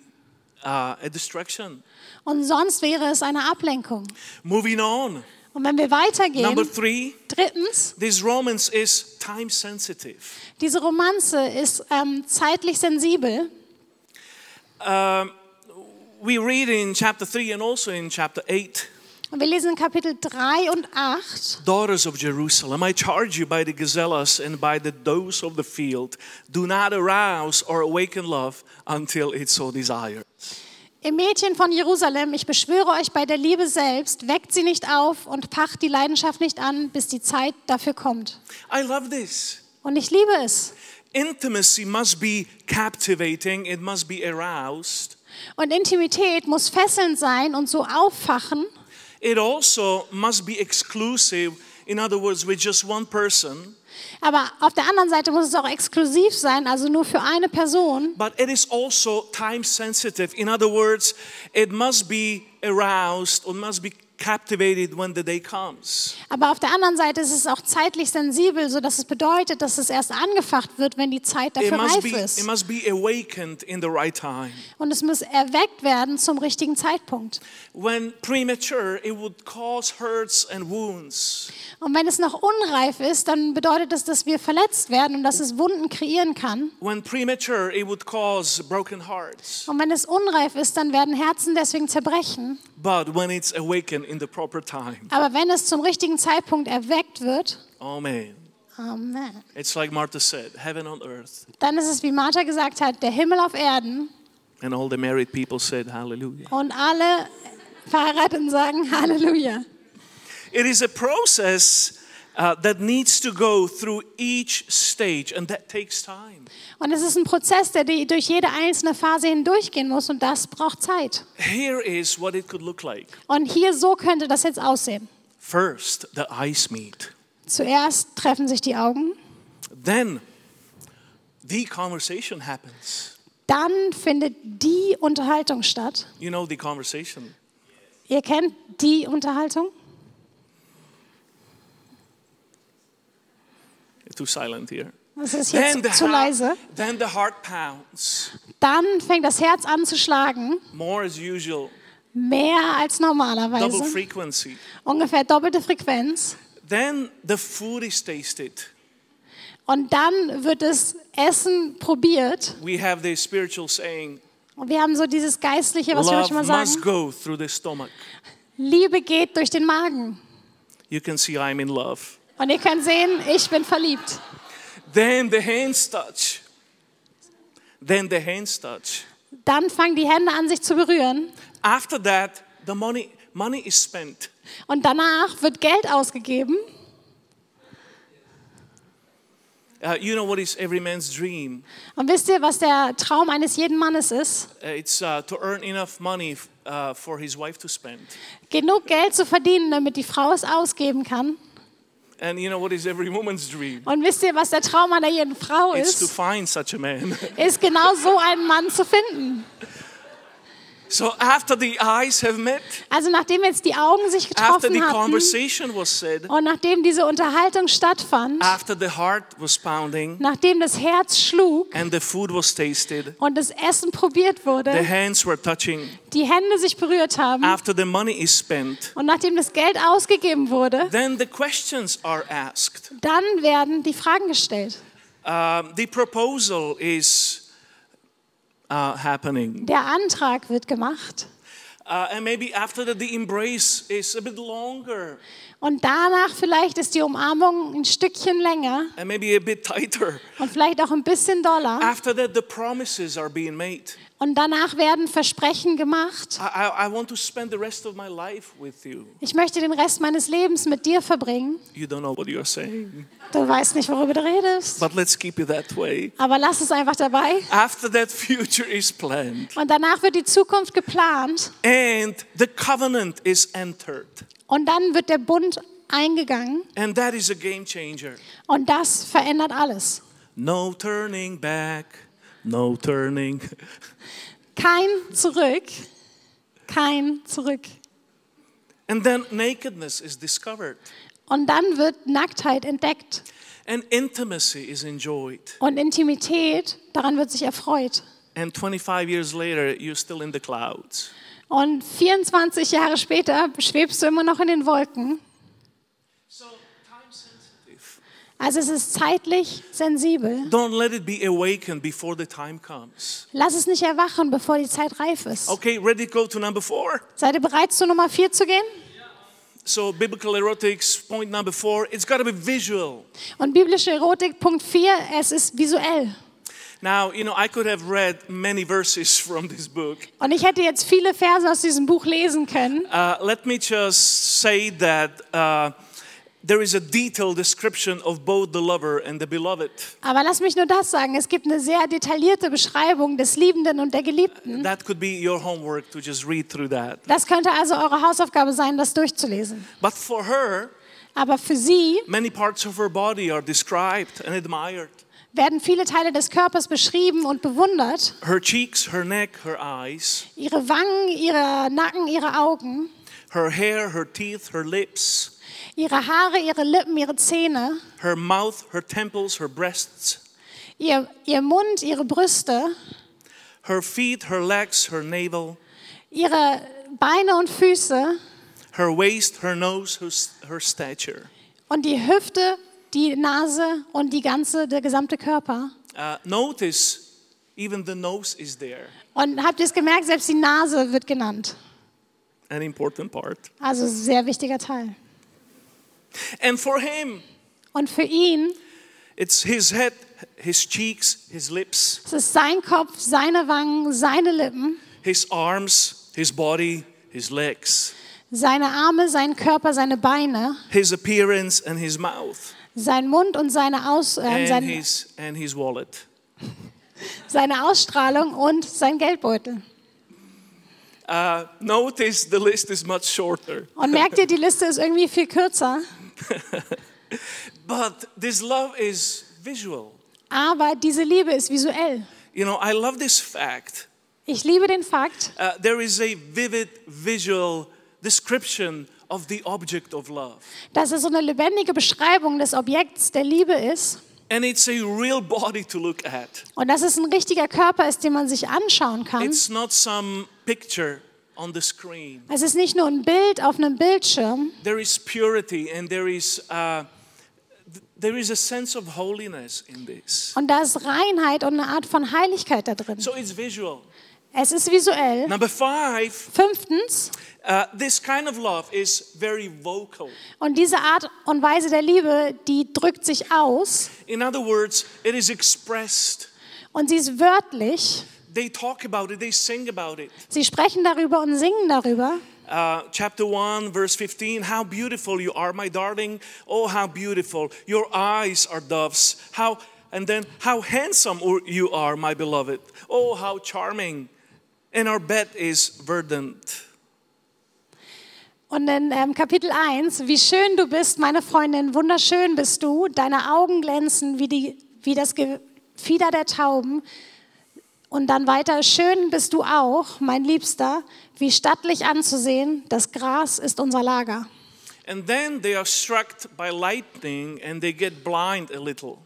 Speaker 5: uh, a distraction.
Speaker 4: Und sonst wäre es eine Ablenkung.
Speaker 5: Moving on.
Speaker 4: Und wenn wir
Speaker 5: Number
Speaker 4: weitergehen,
Speaker 5: three,
Speaker 4: drittens,
Speaker 5: this romance is time sensitive.
Speaker 4: diese Romanze ist ähm, zeitlich sensibel.
Speaker 5: We read in chapter three and also in chapter eight.
Speaker 4: Und wir lesen in Kapitel 3 und 8.
Speaker 5: Daughters of Jerusalem, I charge you by the gazellas and by the does of the field, do not arouse or awaken love until it so desires.
Speaker 4: Ihr Mädchen von Jerusalem, ich beschwöre euch bei der Liebe selbst, weckt sie nicht auf und pacht die Leidenschaft nicht an, bis die Zeit dafür kommt.
Speaker 5: I love this.
Speaker 4: Und ich liebe es.
Speaker 5: Intimacy must be captivating, it must be aroused.
Speaker 4: Und Intimität muss fesselnd sein und so auffachen.
Speaker 5: It also must be exclusive, in other words, with just one person,
Speaker 4: Aber auf der anderen Seite muss es auch exklusiv sein, also nur für eine Person.
Speaker 5: but it is also time sensitive. In other words, it must be aroused or must be captivated when the day comes.
Speaker 4: Aber auf der anderen Seite ist es auch zeitlich sensibel, sodass es bedeutet, dass es erst angefacht wird, wenn die Zeit
Speaker 5: It
Speaker 4: dafür
Speaker 5: must,
Speaker 4: reif
Speaker 5: be, it
Speaker 4: ist.
Speaker 5: must be awakened in the right time.
Speaker 4: Und es muss erweckt werden zum richtigen Zeitpunkt.
Speaker 5: When premature, it would cause hurts and wounds.
Speaker 4: Und wenn es noch unreif ist, dann bedeutet das, dass wir verletzt werden und dass es Wunden kreieren kann.
Speaker 5: When premature, it would cause broken hearts.
Speaker 4: Und wenn es unreif ist, dann werden Herzen deswegen zerbrechen.
Speaker 5: But when it's awakened in the proper time,
Speaker 4: Aber wenn es zum richtigen Zeitpunkt erweckt wird,
Speaker 5: amen.
Speaker 4: Amen.
Speaker 5: It's like Martha said heaven on earth.
Speaker 4: dann ist es, wie Martha gesagt hat, der Himmel auf Erden
Speaker 5: And all the married people said, Hallelujah.
Speaker 4: und alle Verheirateten sagen Halleluja.
Speaker 5: It is a process uh, that needs to go through each stage, and that takes time.
Speaker 4: Und es ist ein Prozess, der die- durch jede einzelne Phase hindurchgehen muss und das braucht Zeit.
Speaker 5: Here is what it could look like.
Speaker 4: Und hier so könnte das jetzt aussehen.
Speaker 5: First, the eyes meet.
Speaker 4: Zuerst treffen sich die Augen,
Speaker 5: Then, the conversation happens.
Speaker 4: dann findet die Unterhaltung statt.
Speaker 5: You know the conversation.
Speaker 4: Ihr kennt die Unterhaltung?
Speaker 5: Too silent here.
Speaker 4: Das ist
Speaker 5: Then the,
Speaker 4: jetzt zu leise.
Speaker 5: heart, then the heart pounds
Speaker 4: Dann fängt das Herz an zu schlagen,
Speaker 5: more as usual,
Speaker 4: mehr als
Speaker 5: double
Speaker 4: normalerweise,
Speaker 5: frequency.
Speaker 4: ungefähr doppelte Frequenz.
Speaker 5: Then the food is tasted.
Speaker 4: Und dann wird das Essen probiert.
Speaker 5: We have the spiritual saying,
Speaker 4: Und wir haben so dieses Geistliche, was wir
Speaker 5: love
Speaker 4: manchmal
Speaker 5: must
Speaker 4: sagen.
Speaker 5: go through the stomach.
Speaker 4: Liebe geht durch den Magen.
Speaker 5: You can see I'm in love.
Speaker 4: Und ihr könnt sehen, ich bin verliebt.
Speaker 5: Then the hands touch. Then the hands touch.
Speaker 4: Dann fangen die Hände an, sich zu berühren.
Speaker 5: After that, the money money is spent.
Speaker 4: Und danach wird Geld ausgegeben.
Speaker 5: Uh, you know what is every man's dream?
Speaker 4: Und wisst ihr, was der Traum eines jeden Mannes ist?
Speaker 5: Uh, it's uh, to earn enough money uh, for his wife to spend.
Speaker 4: Genug Geld zu verdienen, damit die Frau es ausgeben kann.
Speaker 5: And you know what is every woman's dream?
Speaker 4: Und wisst ihr, was der Traum einer jeden Frau
Speaker 5: It's to
Speaker 4: ist?
Speaker 5: find such a man.
Speaker 4: Ist genau so einen Mann zu finden.
Speaker 5: so after the eyes have met,
Speaker 4: Also nachdem jetzt die Augen sich
Speaker 5: after the
Speaker 4: getroffen hatten
Speaker 5: conversation was said,
Speaker 4: und nachdem diese Unterhaltung stattfand,
Speaker 5: after the heart was pounding
Speaker 4: nachdem das Herz schlug
Speaker 5: and the food was tasted,
Speaker 4: und das Essen probiert
Speaker 5: the
Speaker 4: wurde,
Speaker 5: hands were touching,
Speaker 4: die Hände sich berührt haben
Speaker 5: after the money is spent,
Speaker 4: und nachdem das Geld ausgegeben wurde,
Speaker 5: then the questions are asked.
Speaker 4: dann werden die Fragen gestellt.
Speaker 5: Um, the proposal is uh, happening.
Speaker 4: Der Antrag wird gemacht
Speaker 5: Uh, and maybe after that, the embrace is a bit longer
Speaker 4: und danach vielleicht ist die Umarmung ein Stückchen länger
Speaker 5: and maybe a bit tighter.
Speaker 4: und vielleicht auch ein bisschen doller
Speaker 5: After that, the promises are being made.
Speaker 4: und danach werden Versprechen gemacht.
Speaker 5: I, I, I want to spend the rest of my life with you.
Speaker 4: Ich möchte den Rest meines Lebens mit dir verbringen.
Speaker 5: You don't know what you're saying,
Speaker 4: Du weißt nicht, worüber du redest,
Speaker 5: but let's keep it that way.
Speaker 4: aber lass es einfach dabei.
Speaker 5: After that, future is planned
Speaker 4: Und danach wird die Zukunft geplant
Speaker 5: and the covenant is entered.
Speaker 4: und dann wird der Bund eingegangen
Speaker 5: And that is a game changer.
Speaker 4: und das verändert alles.
Speaker 5: No turning back, no turning.
Speaker 4: Kein Zurück, kein Zurück.
Speaker 5: And then nakedness is discovered
Speaker 4: Und dann wird Nacktheit entdeckt
Speaker 5: and intimacy is enjoyed.
Speaker 4: und Intimität, daran wird sich erfreut.
Speaker 5: And 25 years later, you're still in the clouds.
Speaker 4: Und 24 Jahre später schwebst du immer noch in den Wolken.
Speaker 5: So, time sensitive.
Speaker 4: Also es ist zeitlich sensibel.
Speaker 5: Don't let it be awakened before the time comes.
Speaker 4: Lass es nicht erwachen, bevor die Zeit reif ist.
Speaker 5: Okay, ready to go to number four.
Speaker 4: Seid ihr bereit, zu Nummer 4 zu gehen?
Speaker 5: So, biblical erotics, point number four, it's got to be visual.
Speaker 4: Und biblische Erotik, Punkt 4, es ist visuell.
Speaker 5: Now, you know, I could have read many verses from this book.
Speaker 4: Und ich hätte jetzt viele Verse aus diesem Buch lesen können.
Speaker 5: Uh, let me just say that uh, there is a detailed description of both the lover and the beloved.
Speaker 4: Aber lass mich nur das sagen. Es gibt eine sehr detaillierte Beschreibung des Liebenden und der Geliebten.
Speaker 5: That could be your homework to just read through that.
Speaker 4: Das könnte also eure Hausaufgabe sein, das durchzulesen.
Speaker 5: But for her,
Speaker 4: Aber für sie
Speaker 5: many parts of her body are described and admired
Speaker 4: werden viele Teile des Körpers beschrieben und bewundert.
Speaker 5: her cheeks, her neck, her eyes,
Speaker 4: Ihre Wangen, ihre Nacken, ihre Augen,
Speaker 5: her hair, her teeth, her lips,
Speaker 4: ihre Haare, ihre Lippen, ihre Zähne,
Speaker 5: her mouth, her temples, her breasts,
Speaker 4: ihr, ihr Mund, ihre Brüste,
Speaker 5: her feet, her legs, her navel,
Speaker 4: ihre Beine und Füße
Speaker 5: her waist, her nose, her, s- her stature.
Speaker 4: und die Hüfte, die Nase und die ganze, der gesamte Körper.
Speaker 5: Uh, notice even the nose is there,
Speaker 4: Und habt ihr es gemerkt, selbst die Nase wird genannt.
Speaker 5: an important part.
Speaker 4: Also sehr wichtiger Teil.
Speaker 5: And for him,
Speaker 4: Und für ihn
Speaker 5: it's his head, his cheeks, his lips,
Speaker 4: es ist sein Kopf, seine Wangen, seine Lippen,
Speaker 5: his arms, his body, his legs.
Speaker 4: Seine Arme, sein Körper, seine Beine,
Speaker 5: his appearance and his mouth
Speaker 4: sein Mund und seine, Aus, äh,
Speaker 5: and
Speaker 4: sein,
Speaker 5: his, and his wallet.
Speaker 4: seine Ausstrahlung und sein Geldbeutel.
Speaker 5: Uh, notice the list is much shorter.
Speaker 4: Und merkt ihr, die Liste ist irgendwie viel kürzer.
Speaker 5: But this love is visual.
Speaker 4: Aber diese Liebe ist visuell.
Speaker 5: You know, I love this fact.
Speaker 4: Ich liebe den Fakt,
Speaker 5: Uh, there is a vivid visual description of the object of love.
Speaker 4: dass es so eine lebendige Beschreibung des Objekts der Liebe ist
Speaker 5: And it's a real body to look at.
Speaker 4: und dass es ein richtiger Körper ist, den man sich anschauen kann.
Speaker 5: It's not some picture on the screen.
Speaker 4: Es ist nicht nur ein Bild auf einem Bildschirm,
Speaker 5: There is purity and there is, uh, th- there is a sense of holiness in this.
Speaker 4: Und da ist Reinheit und eine Art von Heiligkeit da drin.
Speaker 5: So it's visual.
Speaker 4: Es ist visuell.
Speaker 5: Number five,
Speaker 4: Fünftens,
Speaker 5: uh, this kind of love is very vocal.
Speaker 4: und diese Art und Weise der Liebe, die drückt sich aus
Speaker 5: In other words, it is expressed.
Speaker 4: und sie ist wörtlich.
Speaker 5: They talk about it, they sing about it.
Speaker 4: Sie sprechen darüber und singen darüber.
Speaker 5: Uh, chapter 1, verse 15 How beautiful you are, my darling. Oh, how beautiful. Your eyes are doves. How, and then, how handsome or- you are, my beloved. Oh, how charming. And our bed is verdant.
Speaker 4: Und in ähm, Kapitel 1, wie schön du bist, meine Freundin, wunderschön bist du, deine Augen glänzen wie, die, wie das Gefieder der Tauben. Und dann weiter, schön bist du auch, mein Liebster, wie stattlich anzusehen, das Gras ist unser Lager.
Speaker 5: And then they are struck by lightning and they get blind a little.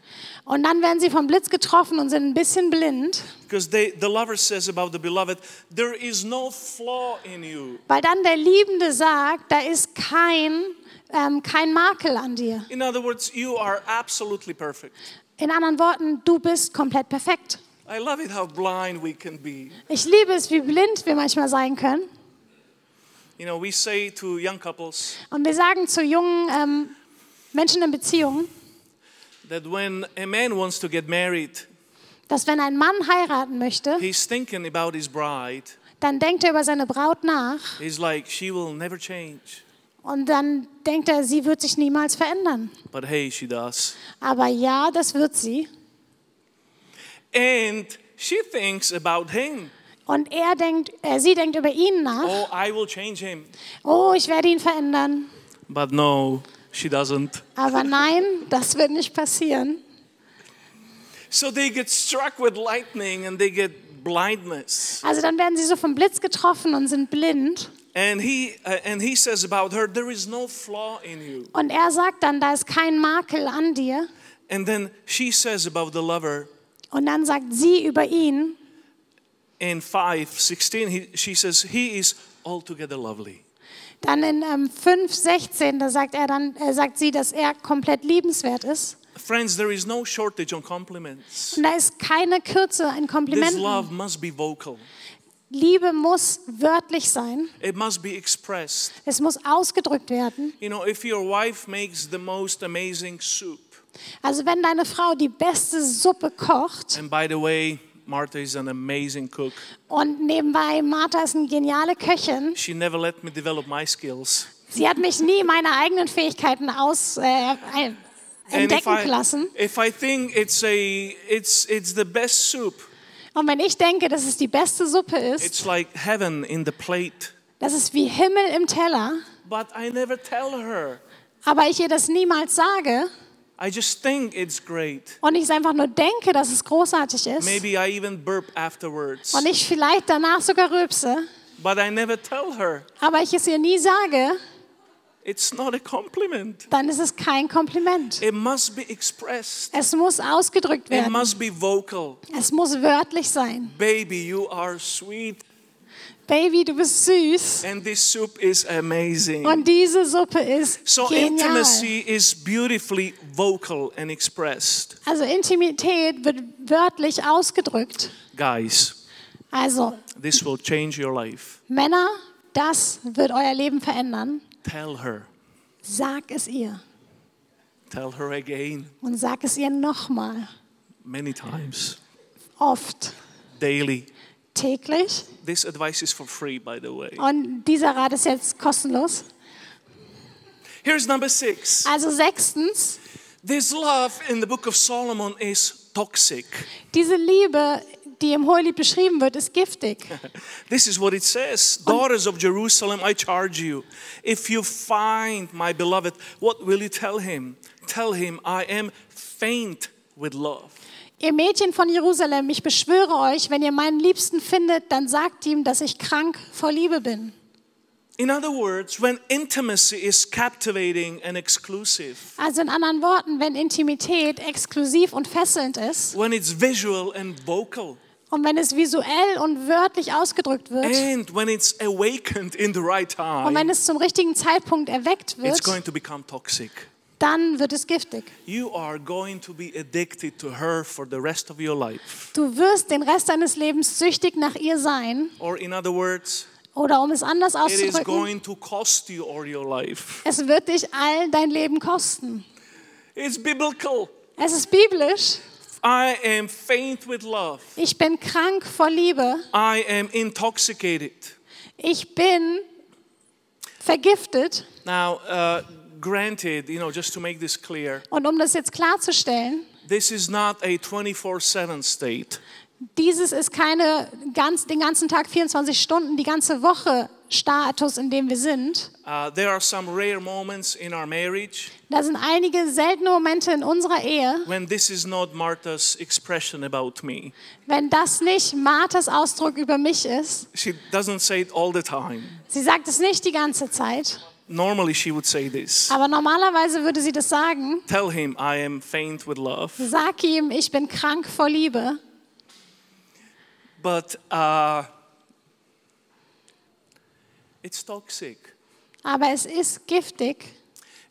Speaker 4: Und dann werden sie vom Blitz getroffen und sind ein bisschen blind,
Speaker 5: Because they, the lover says about the beloved, There is no flaw in you.
Speaker 4: weil dann der Liebende sagt, da ist kein, ähm, kein Makel an dir.
Speaker 5: In other words, you are absolutely perfect.
Speaker 4: In anderen Worten, du bist komplett perfekt.
Speaker 5: I love it how blind we can be.
Speaker 4: Ich liebe es, wie blind wir manchmal sein können.
Speaker 5: You know, we say to young couples
Speaker 4: Und wir sagen zu jungen ähm, Menschen in Beziehungen,
Speaker 5: that when a man wants to get married,
Speaker 4: dass wenn ein Mann heiraten möchte,
Speaker 5: he's thinking about his bride.
Speaker 4: dann denkt er über seine Braut nach
Speaker 5: He's like, she will never change.
Speaker 4: und dann denkt er, sie wird sich niemals verändern.
Speaker 5: But hey, she does.
Speaker 4: Aber ja, das wird sie.
Speaker 5: And she thinks about him.
Speaker 4: Und er denkt, äh, sie denkt über ihn nach.
Speaker 5: Oh, I will change him.
Speaker 4: Oh, ich werde ihn verändern.
Speaker 5: But no, she doesn't.
Speaker 4: Aber nein, das wird nicht passieren.
Speaker 5: So they get struck with lightning and they get blindness.
Speaker 4: Also dann werden sie so vom Blitz getroffen und sind blind.
Speaker 5: And he uh, and he says about her, there is no flaw in you.
Speaker 4: Und er sagt dann, da ist kein Makel an dir.
Speaker 5: And then she says about the lover,
Speaker 4: Und dann sagt sie über ihn,
Speaker 5: in 5:16 he, she says he is altogether lovely
Speaker 4: dann in ähm, 5,16, da sagt er dann, äh, sagt sie, dass er komplett liebenswert ist.
Speaker 5: friends there is no shortage on compliments
Speaker 4: Und da ist keine Kürze in
Speaker 5: this
Speaker 4: Komplimenten.
Speaker 5: love must be vocal
Speaker 4: Liebe muss wörtlich sein.
Speaker 5: it must be expressed
Speaker 4: Es muss ausgedrückt werden.
Speaker 5: you know if your wife makes the most amazing soup
Speaker 4: Also wenn deine Frau die beste Suppe kocht
Speaker 5: and by the way martha is an amazing cook
Speaker 4: und nebenbei Martha ist eine geniale Köchin,
Speaker 5: she never let me develop my skills
Speaker 4: Sie hat mich nie meine eigenen Fähigkeiten aus, äh, ein-
Speaker 5: and if
Speaker 4: entdecken
Speaker 5: I,
Speaker 4: lassen.
Speaker 5: if I think it's a it's it's the best soup
Speaker 4: Und wenn ich denke, dass es die beste Suppe ist,
Speaker 5: it's like heaven in the plate
Speaker 4: das ist wie Himmel im Teller,
Speaker 5: but I never tell her
Speaker 4: aber ich ihr das niemals sage
Speaker 5: I just think it's great
Speaker 4: und ich es einfach nur denke, dass es großartig ist
Speaker 5: Maybe I even burp afterwards.
Speaker 4: und ich vielleicht danach sogar rülpse,
Speaker 5: But I never tell her.
Speaker 4: aber ich es ihr nie sage,
Speaker 5: It's not a compliment.
Speaker 4: dann ist es kein Kompliment.
Speaker 5: It must be expressed.
Speaker 4: Es muss ausgedrückt
Speaker 5: It
Speaker 4: werden.
Speaker 5: must be vocal.
Speaker 4: Es muss wörtlich sein.
Speaker 5: Baby, you are sweet.
Speaker 4: Baby, du bist süß
Speaker 5: And this soup is amazing.
Speaker 4: und diese Suppe ist
Speaker 5: So
Speaker 4: genial.
Speaker 5: intimacy is beautifully vocal and expressed.
Speaker 4: Also Intimität wird wörtlich ausgedrückt.
Speaker 5: Guys,
Speaker 4: Also
Speaker 5: this will change your life.
Speaker 4: Männer, das wird euer Leben verändern.
Speaker 5: Tell her.
Speaker 4: Sag es ihr
Speaker 5: Tell her again,
Speaker 4: und sag es ihr nochmal,
Speaker 5: many times,
Speaker 4: oft,
Speaker 5: daily.
Speaker 4: täglich.
Speaker 5: This advice is for free, by the way.
Speaker 4: Und dieser Rat ist jetzt kostenlos.
Speaker 5: Here's number six.
Speaker 4: Also sechstens,
Speaker 5: This love in the book of Solomon is toxic.
Speaker 4: diese Liebe, die im Hohelied beschrieben wird, ist giftig.
Speaker 5: This is what it says Daughters of Jerusalem, I charge you. If you find my beloved, what will you tell him? Tell him, I am faint with love.
Speaker 4: Ihr Mädchen von Jerusalem, ich beschwöre euch, wenn ihr meinen Liebsten findet, dann sagt ihm, dass ich krank vor Liebe bin.
Speaker 5: In other words, when intimacy is captivating and exclusive,
Speaker 4: Also in anderen Worten, wenn Intimität exklusiv und fesselnd ist
Speaker 5: when it's visual and vocal,
Speaker 4: und wenn es visuell und wörtlich ausgedrückt wird
Speaker 5: and when it's awakened in the right
Speaker 4: und wenn
Speaker 5: time,
Speaker 4: es zum richtigen Zeitpunkt erweckt
Speaker 5: it's
Speaker 4: wird,
Speaker 5: going to become toxic.
Speaker 4: dann wird es giftig.
Speaker 5: You are going to be addicted to her for the rest of your life.
Speaker 4: Du wirst den Rest deines Lebens süchtig nach ihr sein
Speaker 5: Or, in other words,
Speaker 4: oder um es anders
Speaker 5: it is
Speaker 4: auszudrücken,
Speaker 5: going to cost you all your life.
Speaker 4: es wird dich all dein Leben kosten.
Speaker 5: It's biblical.
Speaker 4: Es ist biblisch.
Speaker 5: I am faint with love.
Speaker 4: Ich bin krank vor Liebe.
Speaker 5: I am intoxicated.
Speaker 4: Ich bin vergiftet.
Speaker 5: Now, uh, granted, you know, just to make this clear,
Speaker 4: Und um das jetzt klarzustellen,
Speaker 5: this is not a 24 7 state.
Speaker 4: dieses ist keine ganz, den ganzen Tag 24 Stunden, die ganze Woche Status, in dem wir sind.
Speaker 5: Uh, there are some rare moments in our marriage
Speaker 4: Da sind einige seltene Momente in unserer Ehe,
Speaker 5: when this is not Martha's expression about me.
Speaker 4: wenn das nicht Marthas Ausdruck über mich ist.
Speaker 5: She doesn't say it all the time.
Speaker 4: Sie sagt es nicht die ganze Zeit,
Speaker 5: Normally, she would say this
Speaker 4: aber normalerweise würde sie das sagen.
Speaker 5: Tell him I am faint with love.
Speaker 4: Sag ihm, ich bin krank vor Liebe.
Speaker 5: But uh, it's toxic.
Speaker 4: Aber es ist giftig.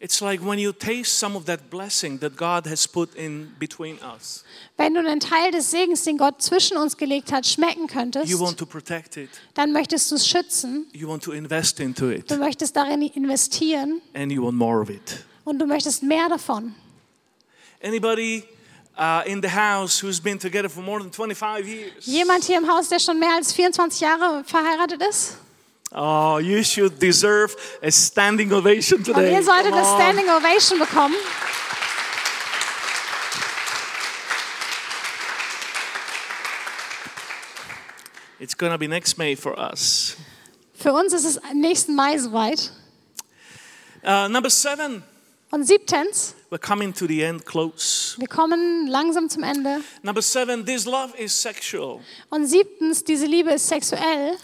Speaker 5: It's like when you taste some of that blessing that God has put in between us,
Speaker 4: Wenn du einen Teil des Segens, den Gott zwischen uns gelegt hat, schmecken könntest,
Speaker 5: you want to protect it,
Speaker 4: dann möchtest du es schützen,
Speaker 5: you want to invest into it,
Speaker 4: du möchtest darin investieren
Speaker 5: and you want more of it.
Speaker 4: und du möchtest mehr davon.
Speaker 5: Anybody uh, in the house who's been together for more than 25 years?
Speaker 4: Jemand hier im Haus, der schon mehr als 24 Jahre verheiratet ist?
Speaker 5: Oh, you should deserve a standing ovation
Speaker 4: Und
Speaker 5: today.
Speaker 4: ihr solltet
Speaker 5: Come
Speaker 4: das
Speaker 5: on.
Speaker 4: Standing Ovation bekommen.
Speaker 5: It's going to be next May for us.
Speaker 4: Für uns ist es nächsten Mai soweit.
Speaker 5: Uh, number seven,
Speaker 4: Und siebtens,
Speaker 5: we're coming to the end close.
Speaker 4: wir kommen langsam zum Ende.
Speaker 5: Number seven, this love is sexual.
Speaker 4: Und siebtens, diese Liebe ist sexuell.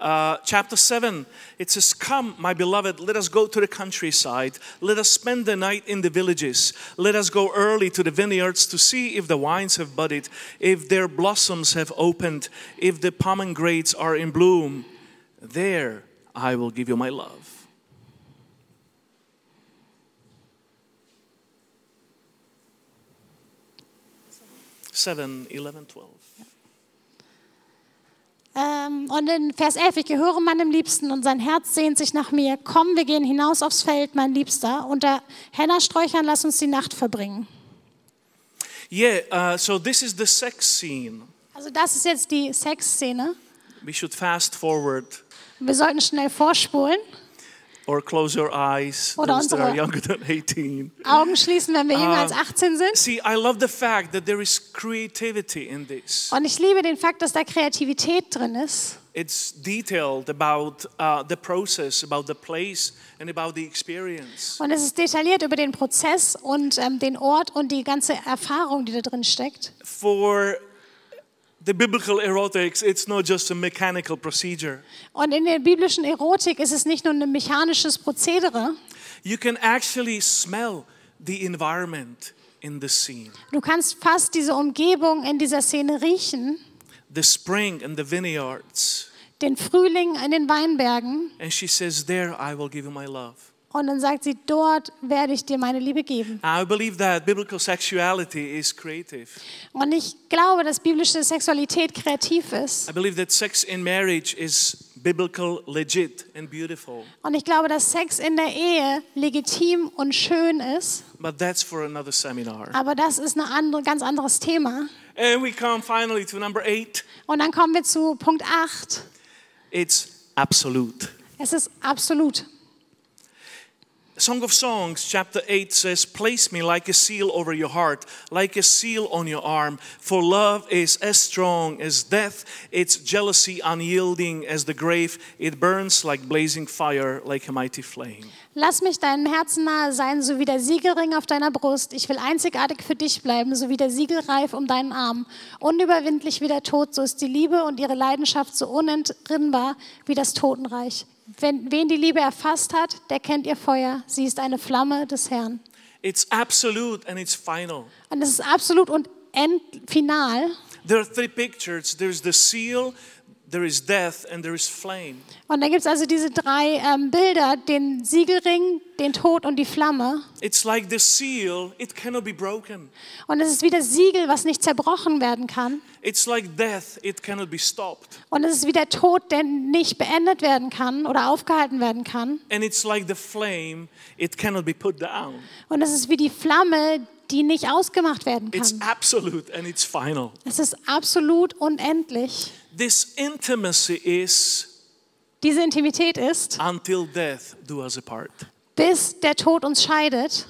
Speaker 5: Uh, chapter 7, it says, Come, my beloved, let us go to the countryside. Let us spend the night in the villages. Let us go early to the vineyards to see if the wines have budded, if their blossoms have opened, if the pomegranates are in bloom. There I will give you my love. Seven, eleven, twelve.
Speaker 4: Ähm, und in Vers 11, ich gehöre meinem Liebsten und sein Herz sehnt sich nach mir. Komm, wir gehen hinaus aufs Feld, mein Liebster. Unter Hennersträuchern lass uns die Nacht verbringen.
Speaker 5: Yeah, uh, so this is the sex scene.
Speaker 4: Also das ist jetzt die Sexszene.
Speaker 5: We should fast forward
Speaker 4: Wir sollten schnell vorspulen,
Speaker 5: or close your eyes,
Speaker 4: Oder
Speaker 5: those that are
Speaker 4: unsere-
Speaker 5: younger than 18.
Speaker 4: Augen schließen, wenn wir jünger als 18 sind.
Speaker 5: See, I love the fact that there is creativity in this.
Speaker 4: Und ich liebe den Fakt, dass da Kreativität drin ist.
Speaker 5: It's detailed about uh, the process, about the place, and about the experience.
Speaker 4: Und es ist detailliert über den Prozess und ähm, den Ort und die ganze Erfahrung, die da drin steckt.
Speaker 5: For the biblical erotics, it's not just a mechanical procedure.
Speaker 4: Und in der biblischen Erotik ist es nicht nur ein mechanisches Prozedere.
Speaker 5: You can actually smell the environment in the scene
Speaker 4: Du kannst fast diese Umgebung in dieser Szene riechen.
Speaker 5: the spring and the vineyards.
Speaker 4: den Frühling in den Weinbergen
Speaker 5: And she says, There I will give you my love.
Speaker 4: und dann sagt sie, dort werde ich dir meine Liebe geben.
Speaker 5: I believe that biblical sexuality is creative.
Speaker 4: Und ich glaube, dass biblische Sexualität kreativ ist.
Speaker 5: I believe that sex in marriage is biblical, legit, and beautiful.
Speaker 4: Und ich glaube, dass Sex in der Ehe legitim und schön ist.
Speaker 5: But that's for another seminar.
Speaker 4: Aber das ist ein andere, ganz anderes Thema.
Speaker 5: And we come finally to number eight
Speaker 4: Und dann kommen wir zu Punkt 8.
Speaker 5: it's absolute.
Speaker 4: Es ist absolut.
Speaker 5: Song of Songs, chapter 8 says, Place me like a seal over your heart, like a seal on your arm, for love is as strong as death, its jealousy unyielding as the grave, it burns like blazing fire, like a mighty flame.
Speaker 4: Lass mich deinem Herzen nahe sein, so wie der Siegelring auf deiner Brust. Ich will einzigartig für dich bleiben, so wie der Siegelreif um deinen Arm. Unüberwindlich wie der Tod, so ist die Liebe und ihre Leidenschaft so unentrinnbar wie das Totenreich. Wenn, wen die Liebe erfasst hat, der kennt ihr Feuer. Sie ist eine Flamme des Herrn.
Speaker 5: It's absolute and it's final.
Speaker 4: Und es ist absolut und end final.
Speaker 5: There are three pictures there's the seal, there is death, and there is flame.
Speaker 4: Und da gibt es also diese drei ähm, Bilder, den Siegelring, den Tod und die Flamme.
Speaker 5: It's like the seal, it cannot be broken.
Speaker 4: Und es ist wie das Siegel, was nicht zerbrochen werden kann.
Speaker 5: It's like death, it cannot be stopped.
Speaker 4: Und es ist wie der Tod, der nicht beendet werden kann oder aufgehalten werden kann.
Speaker 5: And it's like the flame, it cannot be put down.
Speaker 4: Und es ist wie die Flamme, die nicht ausgemacht werden
Speaker 5: It's
Speaker 4: kann.
Speaker 5: absolute and it's final.
Speaker 4: Es ist absolut unendlich.
Speaker 5: This intimacy is
Speaker 4: Diese Intimität ist,
Speaker 5: until death do us apart.
Speaker 4: bis der Tod uns scheidet.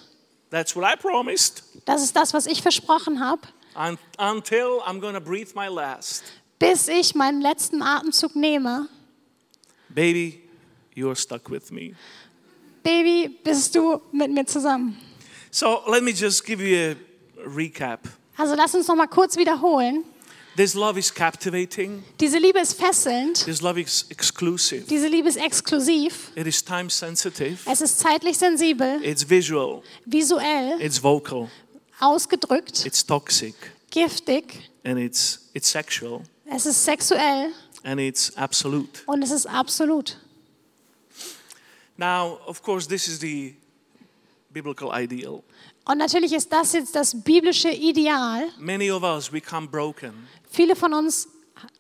Speaker 5: That's what I promised.
Speaker 4: Das ist das, was ich versprochen habe.
Speaker 5: Un- until I'm going to breathe my last.
Speaker 4: Bis ich meinen letzten Atemzug nehme.
Speaker 5: Baby, you're stuck with me.
Speaker 4: Baby, bist du mit mir zusammen.
Speaker 5: So let me just give you a recap.
Speaker 4: Also lass uns noch mal kurz wiederholen.
Speaker 5: This love is captivating,
Speaker 4: Diese Liebe ist fesselnd.
Speaker 5: this love is exclusive,
Speaker 4: Diese Liebe ist exklusiv.
Speaker 5: it is time sensitive,
Speaker 4: Es ist zeitlich sensibel,
Speaker 5: it's visual,
Speaker 4: visuell,
Speaker 5: it's vocal,
Speaker 4: ausgedrückt,
Speaker 5: it's toxic,
Speaker 4: giftig.
Speaker 5: and it's, it's sexual,
Speaker 4: Es ist sexuell
Speaker 5: and it's absolute.
Speaker 4: und es ist absolut.
Speaker 5: Now, of course, this is the biblical ideal.
Speaker 4: Und natürlich ist das jetzt das biblische Ideal.
Speaker 5: Many of us, we come broken.
Speaker 4: Viele von uns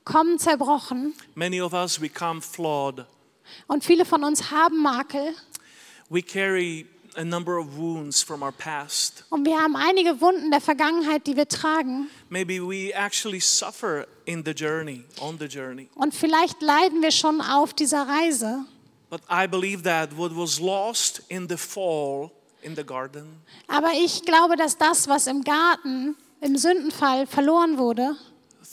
Speaker 4: kommen zerbrochen
Speaker 5: Many of us, we come flawed.
Speaker 4: und viele von uns haben Makel
Speaker 5: We carry a number of wounds from our past.
Speaker 4: und wir haben einige Wunden der Vergangenheit, die wir tragen.
Speaker 5: Maybe we actually suffer in the journey, on the journey.
Speaker 4: Und vielleicht leiden wir schon auf dieser Reise.
Speaker 5: But I believe that what was lost in the fall in the garden,
Speaker 4: Aber ich glaube, dass das, was im Garten, im Sündenfall verloren wurde,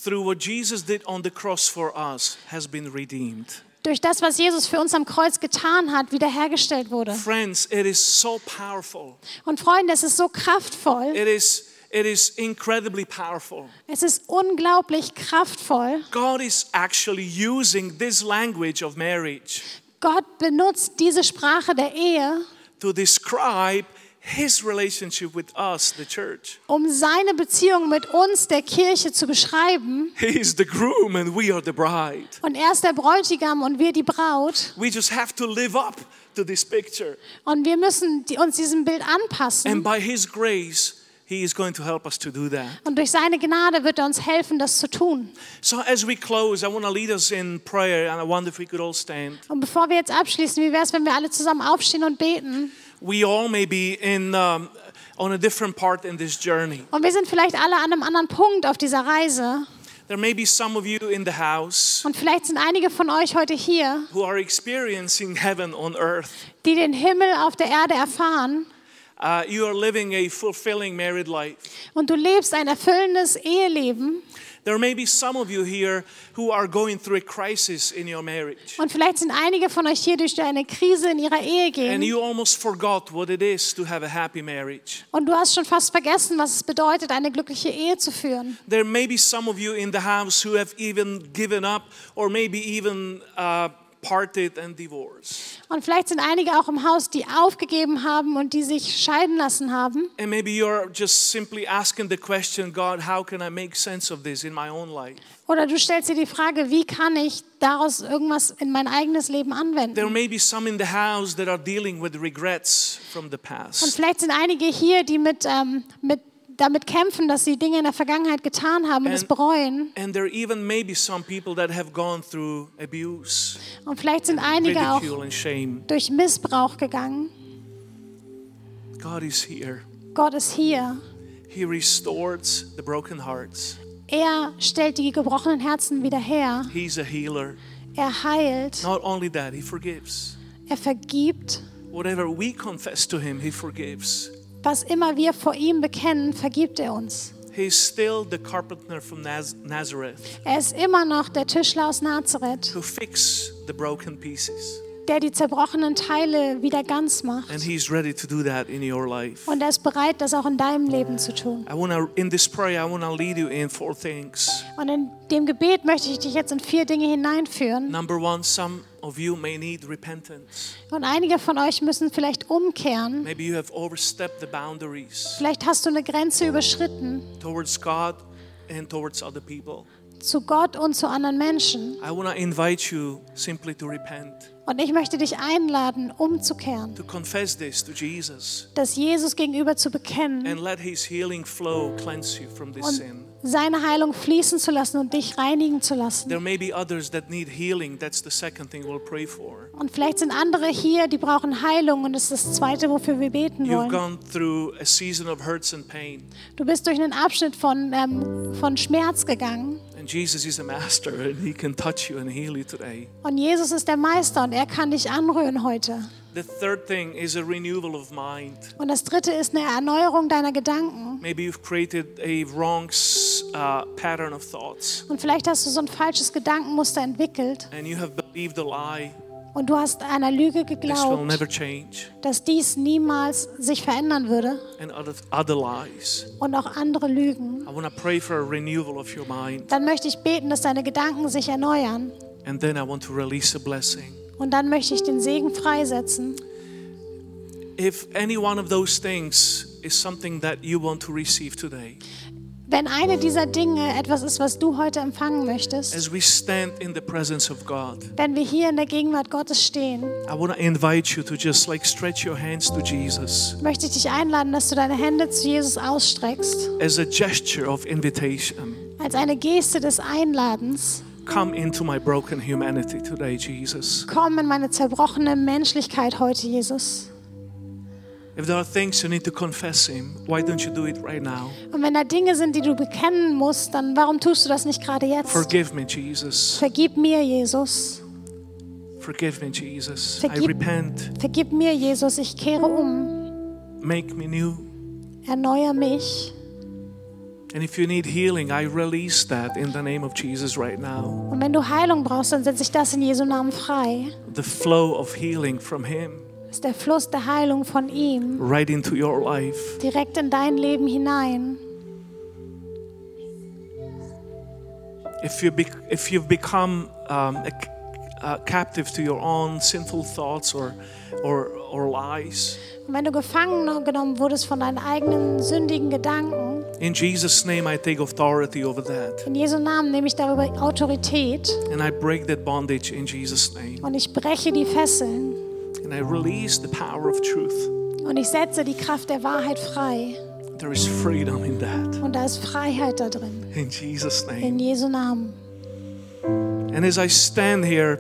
Speaker 5: through what Jesus did on the cross for us, has been redeemed.
Speaker 4: durch das, was Jesus für uns am Kreuz getan hat, wiederhergestellt wurde.
Speaker 5: Friends, it is so powerful.
Speaker 4: Und Freunde, es ist so kraftvoll.
Speaker 5: It is, it is incredibly powerful.
Speaker 4: Es ist unglaublich kraftvoll.
Speaker 5: God is actually using this language of marriage
Speaker 4: Gott benutzt diese Sprache der Ehe,
Speaker 5: to describe his relationship with us, the church.
Speaker 4: um seine Beziehung mit uns, der Kirche, zu beschreiben.
Speaker 5: He is the groom and we are the bride.
Speaker 4: Und er ist der Bräutigam und wir die Braut.
Speaker 5: We just have to live up to this picture.
Speaker 4: Und wir müssen die, uns diesem Bild
Speaker 5: And
Speaker 4: anpassen.
Speaker 5: by his grace, he is going to help us to do that.
Speaker 4: Und durch seine Gnade wird er uns helfen, das zu tun.
Speaker 5: So, as we close, I want to lead us in prayer and I wonder if we could all stand.
Speaker 4: Und bevor wir jetzt abschließen, wie wäre es, wenn wir alle zusammen aufstehen und beten?
Speaker 5: We all may be in, um, on a different part in this journey.
Speaker 4: Und wir sind vielleicht alle an einem anderen Punkt auf dieser Reise.
Speaker 5: There may be some of you in the house
Speaker 4: Und vielleicht sind einige von euch heute hier,
Speaker 5: who are experiencing heaven on earth.
Speaker 4: die den Himmel auf der Erde erfahren.
Speaker 5: Uh, you are living a fulfilling married life.
Speaker 4: Und du lebst ein erfüllendes Eheleben.
Speaker 5: There may be some of you here who are going through a crisis in your marriage.
Speaker 4: Und vielleicht sind einige von euch hier durch eine Krise in ihrer Ehe
Speaker 5: And
Speaker 4: gehen.
Speaker 5: you almost forgot what it is to have a happy marriage.
Speaker 4: Und du hast schon fast vergessen, was es bedeutet, eine glückliche Ehe zu führen.
Speaker 5: There may be some of you in the house who have even given up or maybe even uh, parted and divorced.
Speaker 4: Und vielleicht sind einige auch im Haus, die aufgegeben haben und die sich scheiden lassen haben.
Speaker 5: And maybe you're just simply asking the question God, how can I make sense of this in my own life?
Speaker 4: Oder du stellst dir die Frage, wie kann ich daraus irgendwas in mein eigenes Leben anwenden?
Speaker 5: There may be some in the house that are dealing with regrets from the
Speaker 4: Und
Speaker 5: past.
Speaker 4: vielleicht sind einige hier, die mit, ähm, mit, damit kämpfen, dass sie Dinge in der Vergangenheit getan haben und es
Speaker 5: And-
Speaker 4: bereuen.
Speaker 5: And there even may be some people that have gone through abuse.
Speaker 4: Und vielleicht sind einige auch
Speaker 5: ridicule and shame.
Speaker 4: durch Missbrauch gegangen.
Speaker 5: God is here.
Speaker 4: Gott ist hier.
Speaker 5: He restores the broken hearts.
Speaker 4: Er stellt die gebrochenen Herzen wieder her.
Speaker 5: He's a healer.
Speaker 4: Er heilt.
Speaker 5: Not only that, He forgives.
Speaker 4: Er vergibt.
Speaker 5: Whatever we confess to Him, He forgives.
Speaker 4: Was immer wir vor ihm bekennen, vergibt er uns.
Speaker 5: He's still the carpenter from Naz- Nazareth
Speaker 4: Er ist immer noch der Tischler aus Nazareth,
Speaker 5: who fix the broken pieces.
Speaker 4: der die zerbrochenen Teile wieder ganz macht.
Speaker 5: And He's ready to do that in your life.
Speaker 4: Und er ist bereit, das auch in deinem Leben zu tun.
Speaker 5: I want to, in this prayer, I want to lead you in four things.
Speaker 4: Und in dem Gebet möchte ich dich jetzt in vier Dinge hineinführen.
Speaker 5: Number one, some of you may need repentance.
Speaker 4: Und einige von euch müssen vielleicht umkehren.
Speaker 5: Maybe you have overstepped the boundaries
Speaker 4: Vielleicht hast du eine Grenze überschritten
Speaker 5: towards God and towards other people.
Speaker 4: zu Gott und zu anderen Menschen.
Speaker 5: I want to invite you simply to repent,
Speaker 4: Und ich möchte dich einladen, umzukehren,
Speaker 5: to confess this to Jesus,
Speaker 4: das Jesus gegenüber zu bekennen
Speaker 5: and let His healing flow cleanse you from this
Speaker 4: und
Speaker 5: sin.
Speaker 4: seine Heilung fließen zu lassen und dich reinigen zu lassen.
Speaker 5: There may be others that need healing. That's the second thing we'll pray for.
Speaker 4: Und vielleicht sind andere hier, die brauchen Heilung und das ist das Zweite, wofür wir beten
Speaker 5: You've
Speaker 4: wollen.
Speaker 5: gone through a season of hurts and pain,
Speaker 4: Du bist durch einen Abschnitt von, ähm, von Schmerz gegangen
Speaker 5: and Jesus is a master, and He can touch you and heal you today.
Speaker 4: und Jesus ist der Meister und er kann dich anrühren heute.
Speaker 5: The third thing is a renewal of mind.
Speaker 4: Und das Dritte ist eine Erneuerung deiner Gedanken.
Speaker 5: Maybe you've created a wrong s- uh, pattern of thoughts,
Speaker 4: Und vielleicht hast du so ein falsches Gedankenmuster entwickelt
Speaker 5: and you have believed a lie.
Speaker 4: und du hast einer Lüge
Speaker 5: This will
Speaker 4: geglaubt,
Speaker 5: never change,
Speaker 4: dass dies niemals sich verändern würde
Speaker 5: and other, other lies.
Speaker 4: und auch andere Lügen.
Speaker 5: I want to pray for a renewal of your mind,
Speaker 4: Dann möchte ich beten, dass deine Gedanken sich erneuern.
Speaker 5: and then I want to release a blessing.
Speaker 4: Und dann möchte ich den Segen freisetzen.
Speaker 5: If any one of those things is something that you want to receive today,
Speaker 4: Wenn eine dieser Dinge etwas ist, was du heute empfangen möchtest,
Speaker 5: as we stand in the presence of God,
Speaker 4: wenn wir hier in der Gegenwart Gottes stehen,
Speaker 5: I want to invite you to just like stretch your hands to Jesus
Speaker 4: möchte ich dich einladen, dass du deine Hände zu Jesus ausstreckst,
Speaker 5: as a gesture of invitation.
Speaker 4: als eine Geste des Einladens.
Speaker 5: Come into my broken humanity today, Jesus.
Speaker 4: Komm in meine zerbrochene Menschlichkeit heute, Jesus.
Speaker 5: If there are things you need to confess Him, why don't you do it right now?
Speaker 4: Und wenn da Dinge sind, die du bekennen musst, dann warum tust du das nicht gerade jetzt?
Speaker 5: Forgive me, Jesus.
Speaker 4: Vergib mir, Jesus.
Speaker 5: Forgive me, Jesus. I
Speaker 4: Vergib-
Speaker 5: repent.
Speaker 4: Vergib mir, Jesus. Ich kehre um.
Speaker 5: Make me new.
Speaker 4: Erneuer mich.
Speaker 5: And if you need healing, I release that in the name of Jesus right now.
Speaker 4: Und wenn du Heilung brauchst, dann setze ich das in Jesu Namen frei.
Speaker 5: The flow of healing from Him
Speaker 4: Das ist der Fluss der Heilung von ihm.
Speaker 5: right into your life.
Speaker 4: direkt in dein Leben hinein.
Speaker 5: If, you bec if you've become um, a c- uh, captive to your own sinful thoughts or, or, or lies,
Speaker 4: Und wenn du gefangen genommen wurdest von deinen eigenen sündigen Gedanken,
Speaker 5: in Jesus' name I take authority over that.
Speaker 4: in Jesu Namen nehme ich darüber Autorität
Speaker 5: And I break that bondage in Jesus' name.
Speaker 4: und ich breche die Fesseln
Speaker 5: And I release the power of truth.
Speaker 4: und ich setze die Kraft der Wahrheit frei.
Speaker 5: There is freedom in that.
Speaker 4: Und da ist Freiheit da drin,
Speaker 5: In Jesus' name.
Speaker 4: in Jesu Namen.
Speaker 5: And as I stand here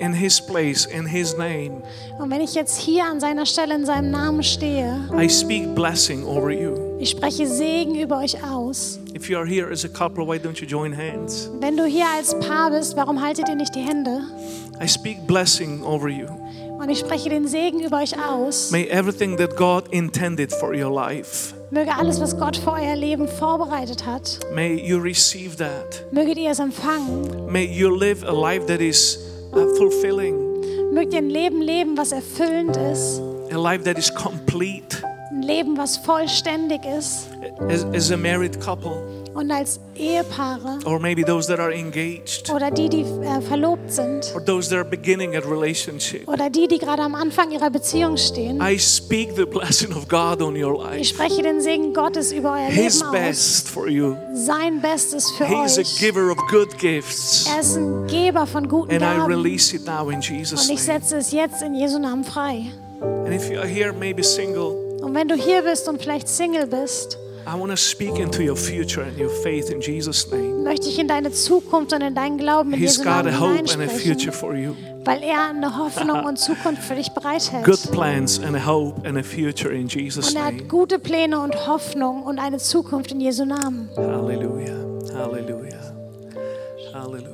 Speaker 5: in His place, in His name,
Speaker 4: Und wenn ich jetzt hier an seiner Stelle in seinem Namen stehe,
Speaker 5: I speak blessing over you.
Speaker 4: ich spreche Segen über euch aus.
Speaker 5: If you are here as a couple, why don't you join hands?
Speaker 4: Wenn du hier als Paar bist, warum haltet ihr nicht die Hände?
Speaker 5: I speak blessing over you.
Speaker 4: Und ich spreche den Segen über euch aus.
Speaker 5: May everything that God intended for your life,
Speaker 4: Möge alles, was Gott für euer Leben vorbereitet hat,
Speaker 5: may you receive that.
Speaker 4: Möget ihr es empfangen.
Speaker 5: May you live a life that is uh, fulfilling,
Speaker 4: Mögt ihr ein Leben leben, was erfüllend ist.
Speaker 5: a life that is complete
Speaker 4: Ein Leben, was vollständig ist.
Speaker 5: as, as a married couple.
Speaker 4: Und als Ehepaare
Speaker 5: or maybe those that are engaged,
Speaker 4: oder die, die äh, verlobt sind
Speaker 5: or those that are beginning a relationship.
Speaker 4: oder die, die gerade am Anfang ihrer Beziehung stehen.
Speaker 5: I speak the blessing of God on your
Speaker 4: Ich
Speaker 5: life.
Speaker 4: spreche den Segen Gottes über euer
Speaker 5: His
Speaker 4: Leben aus.
Speaker 5: best for you.
Speaker 4: Sein Bestes für
Speaker 5: He is a
Speaker 4: euch.
Speaker 5: giver of good gifts.
Speaker 4: Er ist ein Geber von guten
Speaker 5: And I
Speaker 4: Gaben.
Speaker 5: release it now in Jesus'
Speaker 4: Und ich
Speaker 5: name.
Speaker 4: setze es jetzt in Jesu Namen frei.
Speaker 5: And if you are here, maybe single,
Speaker 4: Und wenn du hier bist und vielleicht Single bist,
Speaker 5: I want to speak into your future and your faith in Jesus' name.
Speaker 4: möchte ich in deine Zukunft und in deinen Glauben in
Speaker 5: He's
Speaker 4: Jesu
Speaker 5: got
Speaker 4: Namen
Speaker 5: a hope and a
Speaker 4: hineinsprechen.
Speaker 5: future for you.
Speaker 4: weil er eine Hoffnung und Zukunft für dich bereithält.
Speaker 5: Good plans and a hope and a future in Jesus'
Speaker 4: Und er hat
Speaker 5: name.
Speaker 4: gute Pläne und Hoffnung und eine Zukunft in Jesu Namen.
Speaker 5: Hallelujah. Hallelujah. Hallelujah.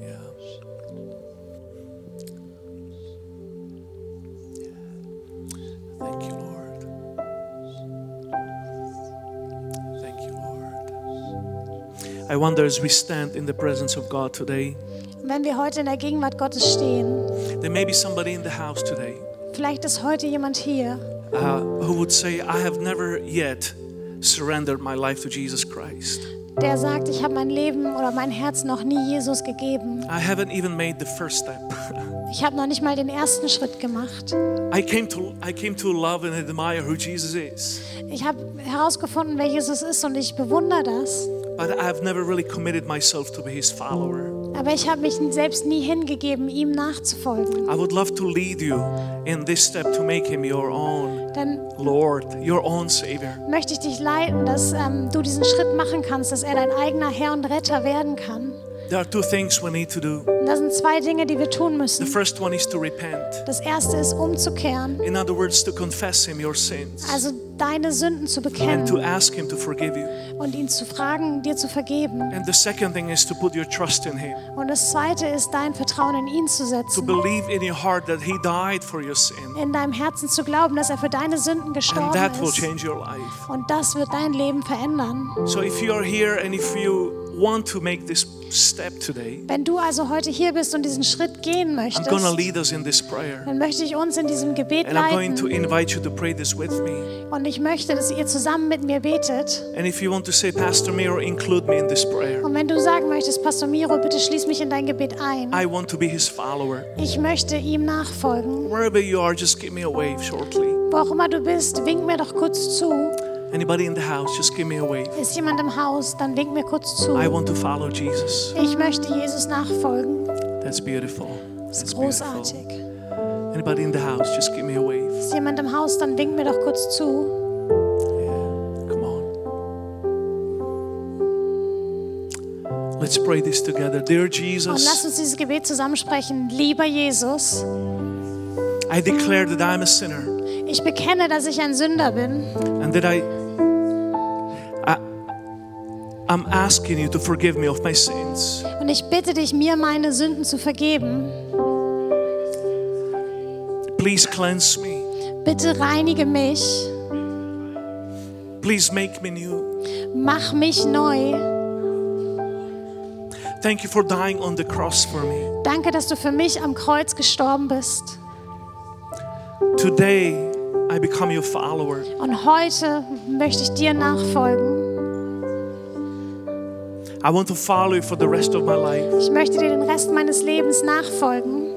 Speaker 5: Yeah. Thank you, Lord. Thank you, Lord. I wonder as we stand in the presence of God today,
Speaker 4: Und wenn wir heute in der Gegenwart Gottes stehen,
Speaker 5: there may be somebody in the house today
Speaker 4: vielleicht ist heute jemand hier,
Speaker 5: uh, who would say, I have never yet surrendered my life to Jesus Christ.
Speaker 4: der sagt, ich habe mein Leben oder mein Herz noch nie Jesus gegeben.
Speaker 5: I haven't even made the first step.
Speaker 4: Ich habe noch nicht mal den ersten Schritt gemacht.
Speaker 5: I came to I came to love and admire who Jesus is,
Speaker 4: Ich habe herausgefunden, wer Jesus ist und ich bewundere das.
Speaker 5: but I've never really committed myself to be his follower.
Speaker 4: Aber ich habe mich selbst nie hingegeben, ihm nachzufolgen.
Speaker 5: I would love to lead you in this step to make him your own
Speaker 4: Dann
Speaker 5: Lord, your own savior.
Speaker 4: möchte ich dich leiten, dass ähm, du diesen Schritt machen kannst, dass er dein eigener Herr und Retter werden kann.
Speaker 5: There are two things we need to do.
Speaker 4: Und das sind zwei Dinge, die wir tun
Speaker 5: The
Speaker 4: müssen.
Speaker 5: first one is to repent.
Speaker 4: Das erste ist umzukehren,
Speaker 5: In other words, to confess him your sins
Speaker 4: also deine Sünden zu
Speaker 5: and to
Speaker 4: bekennen
Speaker 5: ask him to forgive you.
Speaker 4: und ihn zu fragen, dir zu vergeben.
Speaker 5: And the second thing is to put your trust in him,
Speaker 4: Und das zweite ist dein Vertrauen in ihn zu
Speaker 5: to
Speaker 4: setzen,
Speaker 5: believe in your heart that he died for your sin.
Speaker 4: in deinem Herzen zu glauben, dass er für deine Sünden
Speaker 5: And
Speaker 4: gestorben
Speaker 5: that will
Speaker 4: ist.
Speaker 5: change your life.
Speaker 4: Und das wird dein Leben verändern.
Speaker 5: So if you are here and if you want to make this step today,
Speaker 4: Wenn du also heute hier bist und diesen Schritt gehen
Speaker 5: I'm going to
Speaker 4: möchtest,
Speaker 5: lead us in this prayer.
Speaker 4: dann möchte ich uns in diesem Gebet
Speaker 5: And I'm going to
Speaker 4: leiten.
Speaker 5: invite you to pray this with me.
Speaker 4: Und ich möchte, dass ihr zusammen mit mir betet.
Speaker 5: And if you want to say, Pastor Miro, include me in this prayer.
Speaker 4: Und wenn du sagen möchtest, Pastor Miro, bitte schließ mich in dein Gebet ein.
Speaker 5: I want to be his follower.
Speaker 4: Ich möchte ihm nachfolgen.
Speaker 5: Wherever you are, just give me a wave shortly.
Speaker 4: Wo auch immer du bist, wink mir doch kurz zu.
Speaker 5: Anybody in the house, just give me a wave.
Speaker 4: Ist jemand im Haus, dann wink mir kurz zu.
Speaker 5: I want to follow Jesus.
Speaker 4: Ich möchte Jesus nachfolgen.
Speaker 5: That's beautiful.
Speaker 4: Das
Speaker 5: That's
Speaker 4: ist
Speaker 5: beautiful.
Speaker 4: großartig.
Speaker 5: Anybody in the house, just give me a wave.
Speaker 4: Ist jemand im Haus, dann wink mir doch kurz zu.
Speaker 5: Come on. Let's pray this together. Dear
Speaker 4: Und
Speaker 5: Jesus.
Speaker 4: lass uns dieses Gebet zusammensprechen. Lieber Jesus,
Speaker 5: I declare that I'm a sinner
Speaker 4: ich bekenne, dass ich ein Sünder bin.
Speaker 5: and that I, I am asking you to forgive me of my sins.
Speaker 4: Und ich bitte dich, mir meine Sünden zu vergeben.
Speaker 5: Please cleanse me.
Speaker 4: Bitte reinige mich.
Speaker 5: Please make me new.
Speaker 4: Mach mich neu.
Speaker 5: Thank you for dying on the cross for me.
Speaker 4: Danke, dass du für mich am Kreuz gestorben bist.
Speaker 5: Today I become your follower.
Speaker 4: Und heute möchte ich dir nachfolgen.
Speaker 5: I want to follow you for the rest of my life.
Speaker 4: Ich möchte dir den Rest meines Lebens nachfolgen.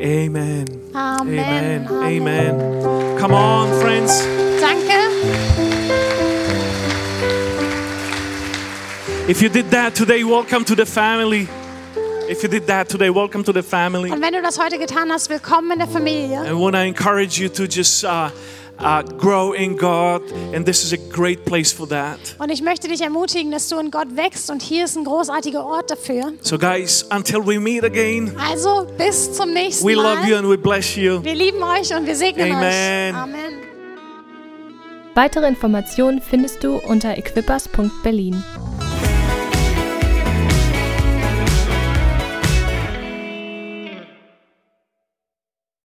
Speaker 5: Amen.
Speaker 4: Amen.
Speaker 5: Amen. Amen. Come on, friends.
Speaker 4: Danke.
Speaker 5: If you did that today, welcome to the family. If you did that today, welcome to the family.
Speaker 4: Und wenn du das heute getan hast, willkommen in der Familie.
Speaker 5: I want to encourage you to just uh, uh, grow in God, and this is a great place for that.
Speaker 4: Und ich möchte dich ermutigen, dass du in Gott wächst und hier ist ein großartiger Ort dafür.
Speaker 5: So, guys, until we meet again,
Speaker 4: Also bis zum nächsten
Speaker 5: we love you
Speaker 4: Mal.
Speaker 5: and we bless you.
Speaker 4: Wir lieben euch und wir segnen
Speaker 5: Amen.
Speaker 4: euch. Amen.
Speaker 1: Weitere Informationen findest du unter equippers.berlin.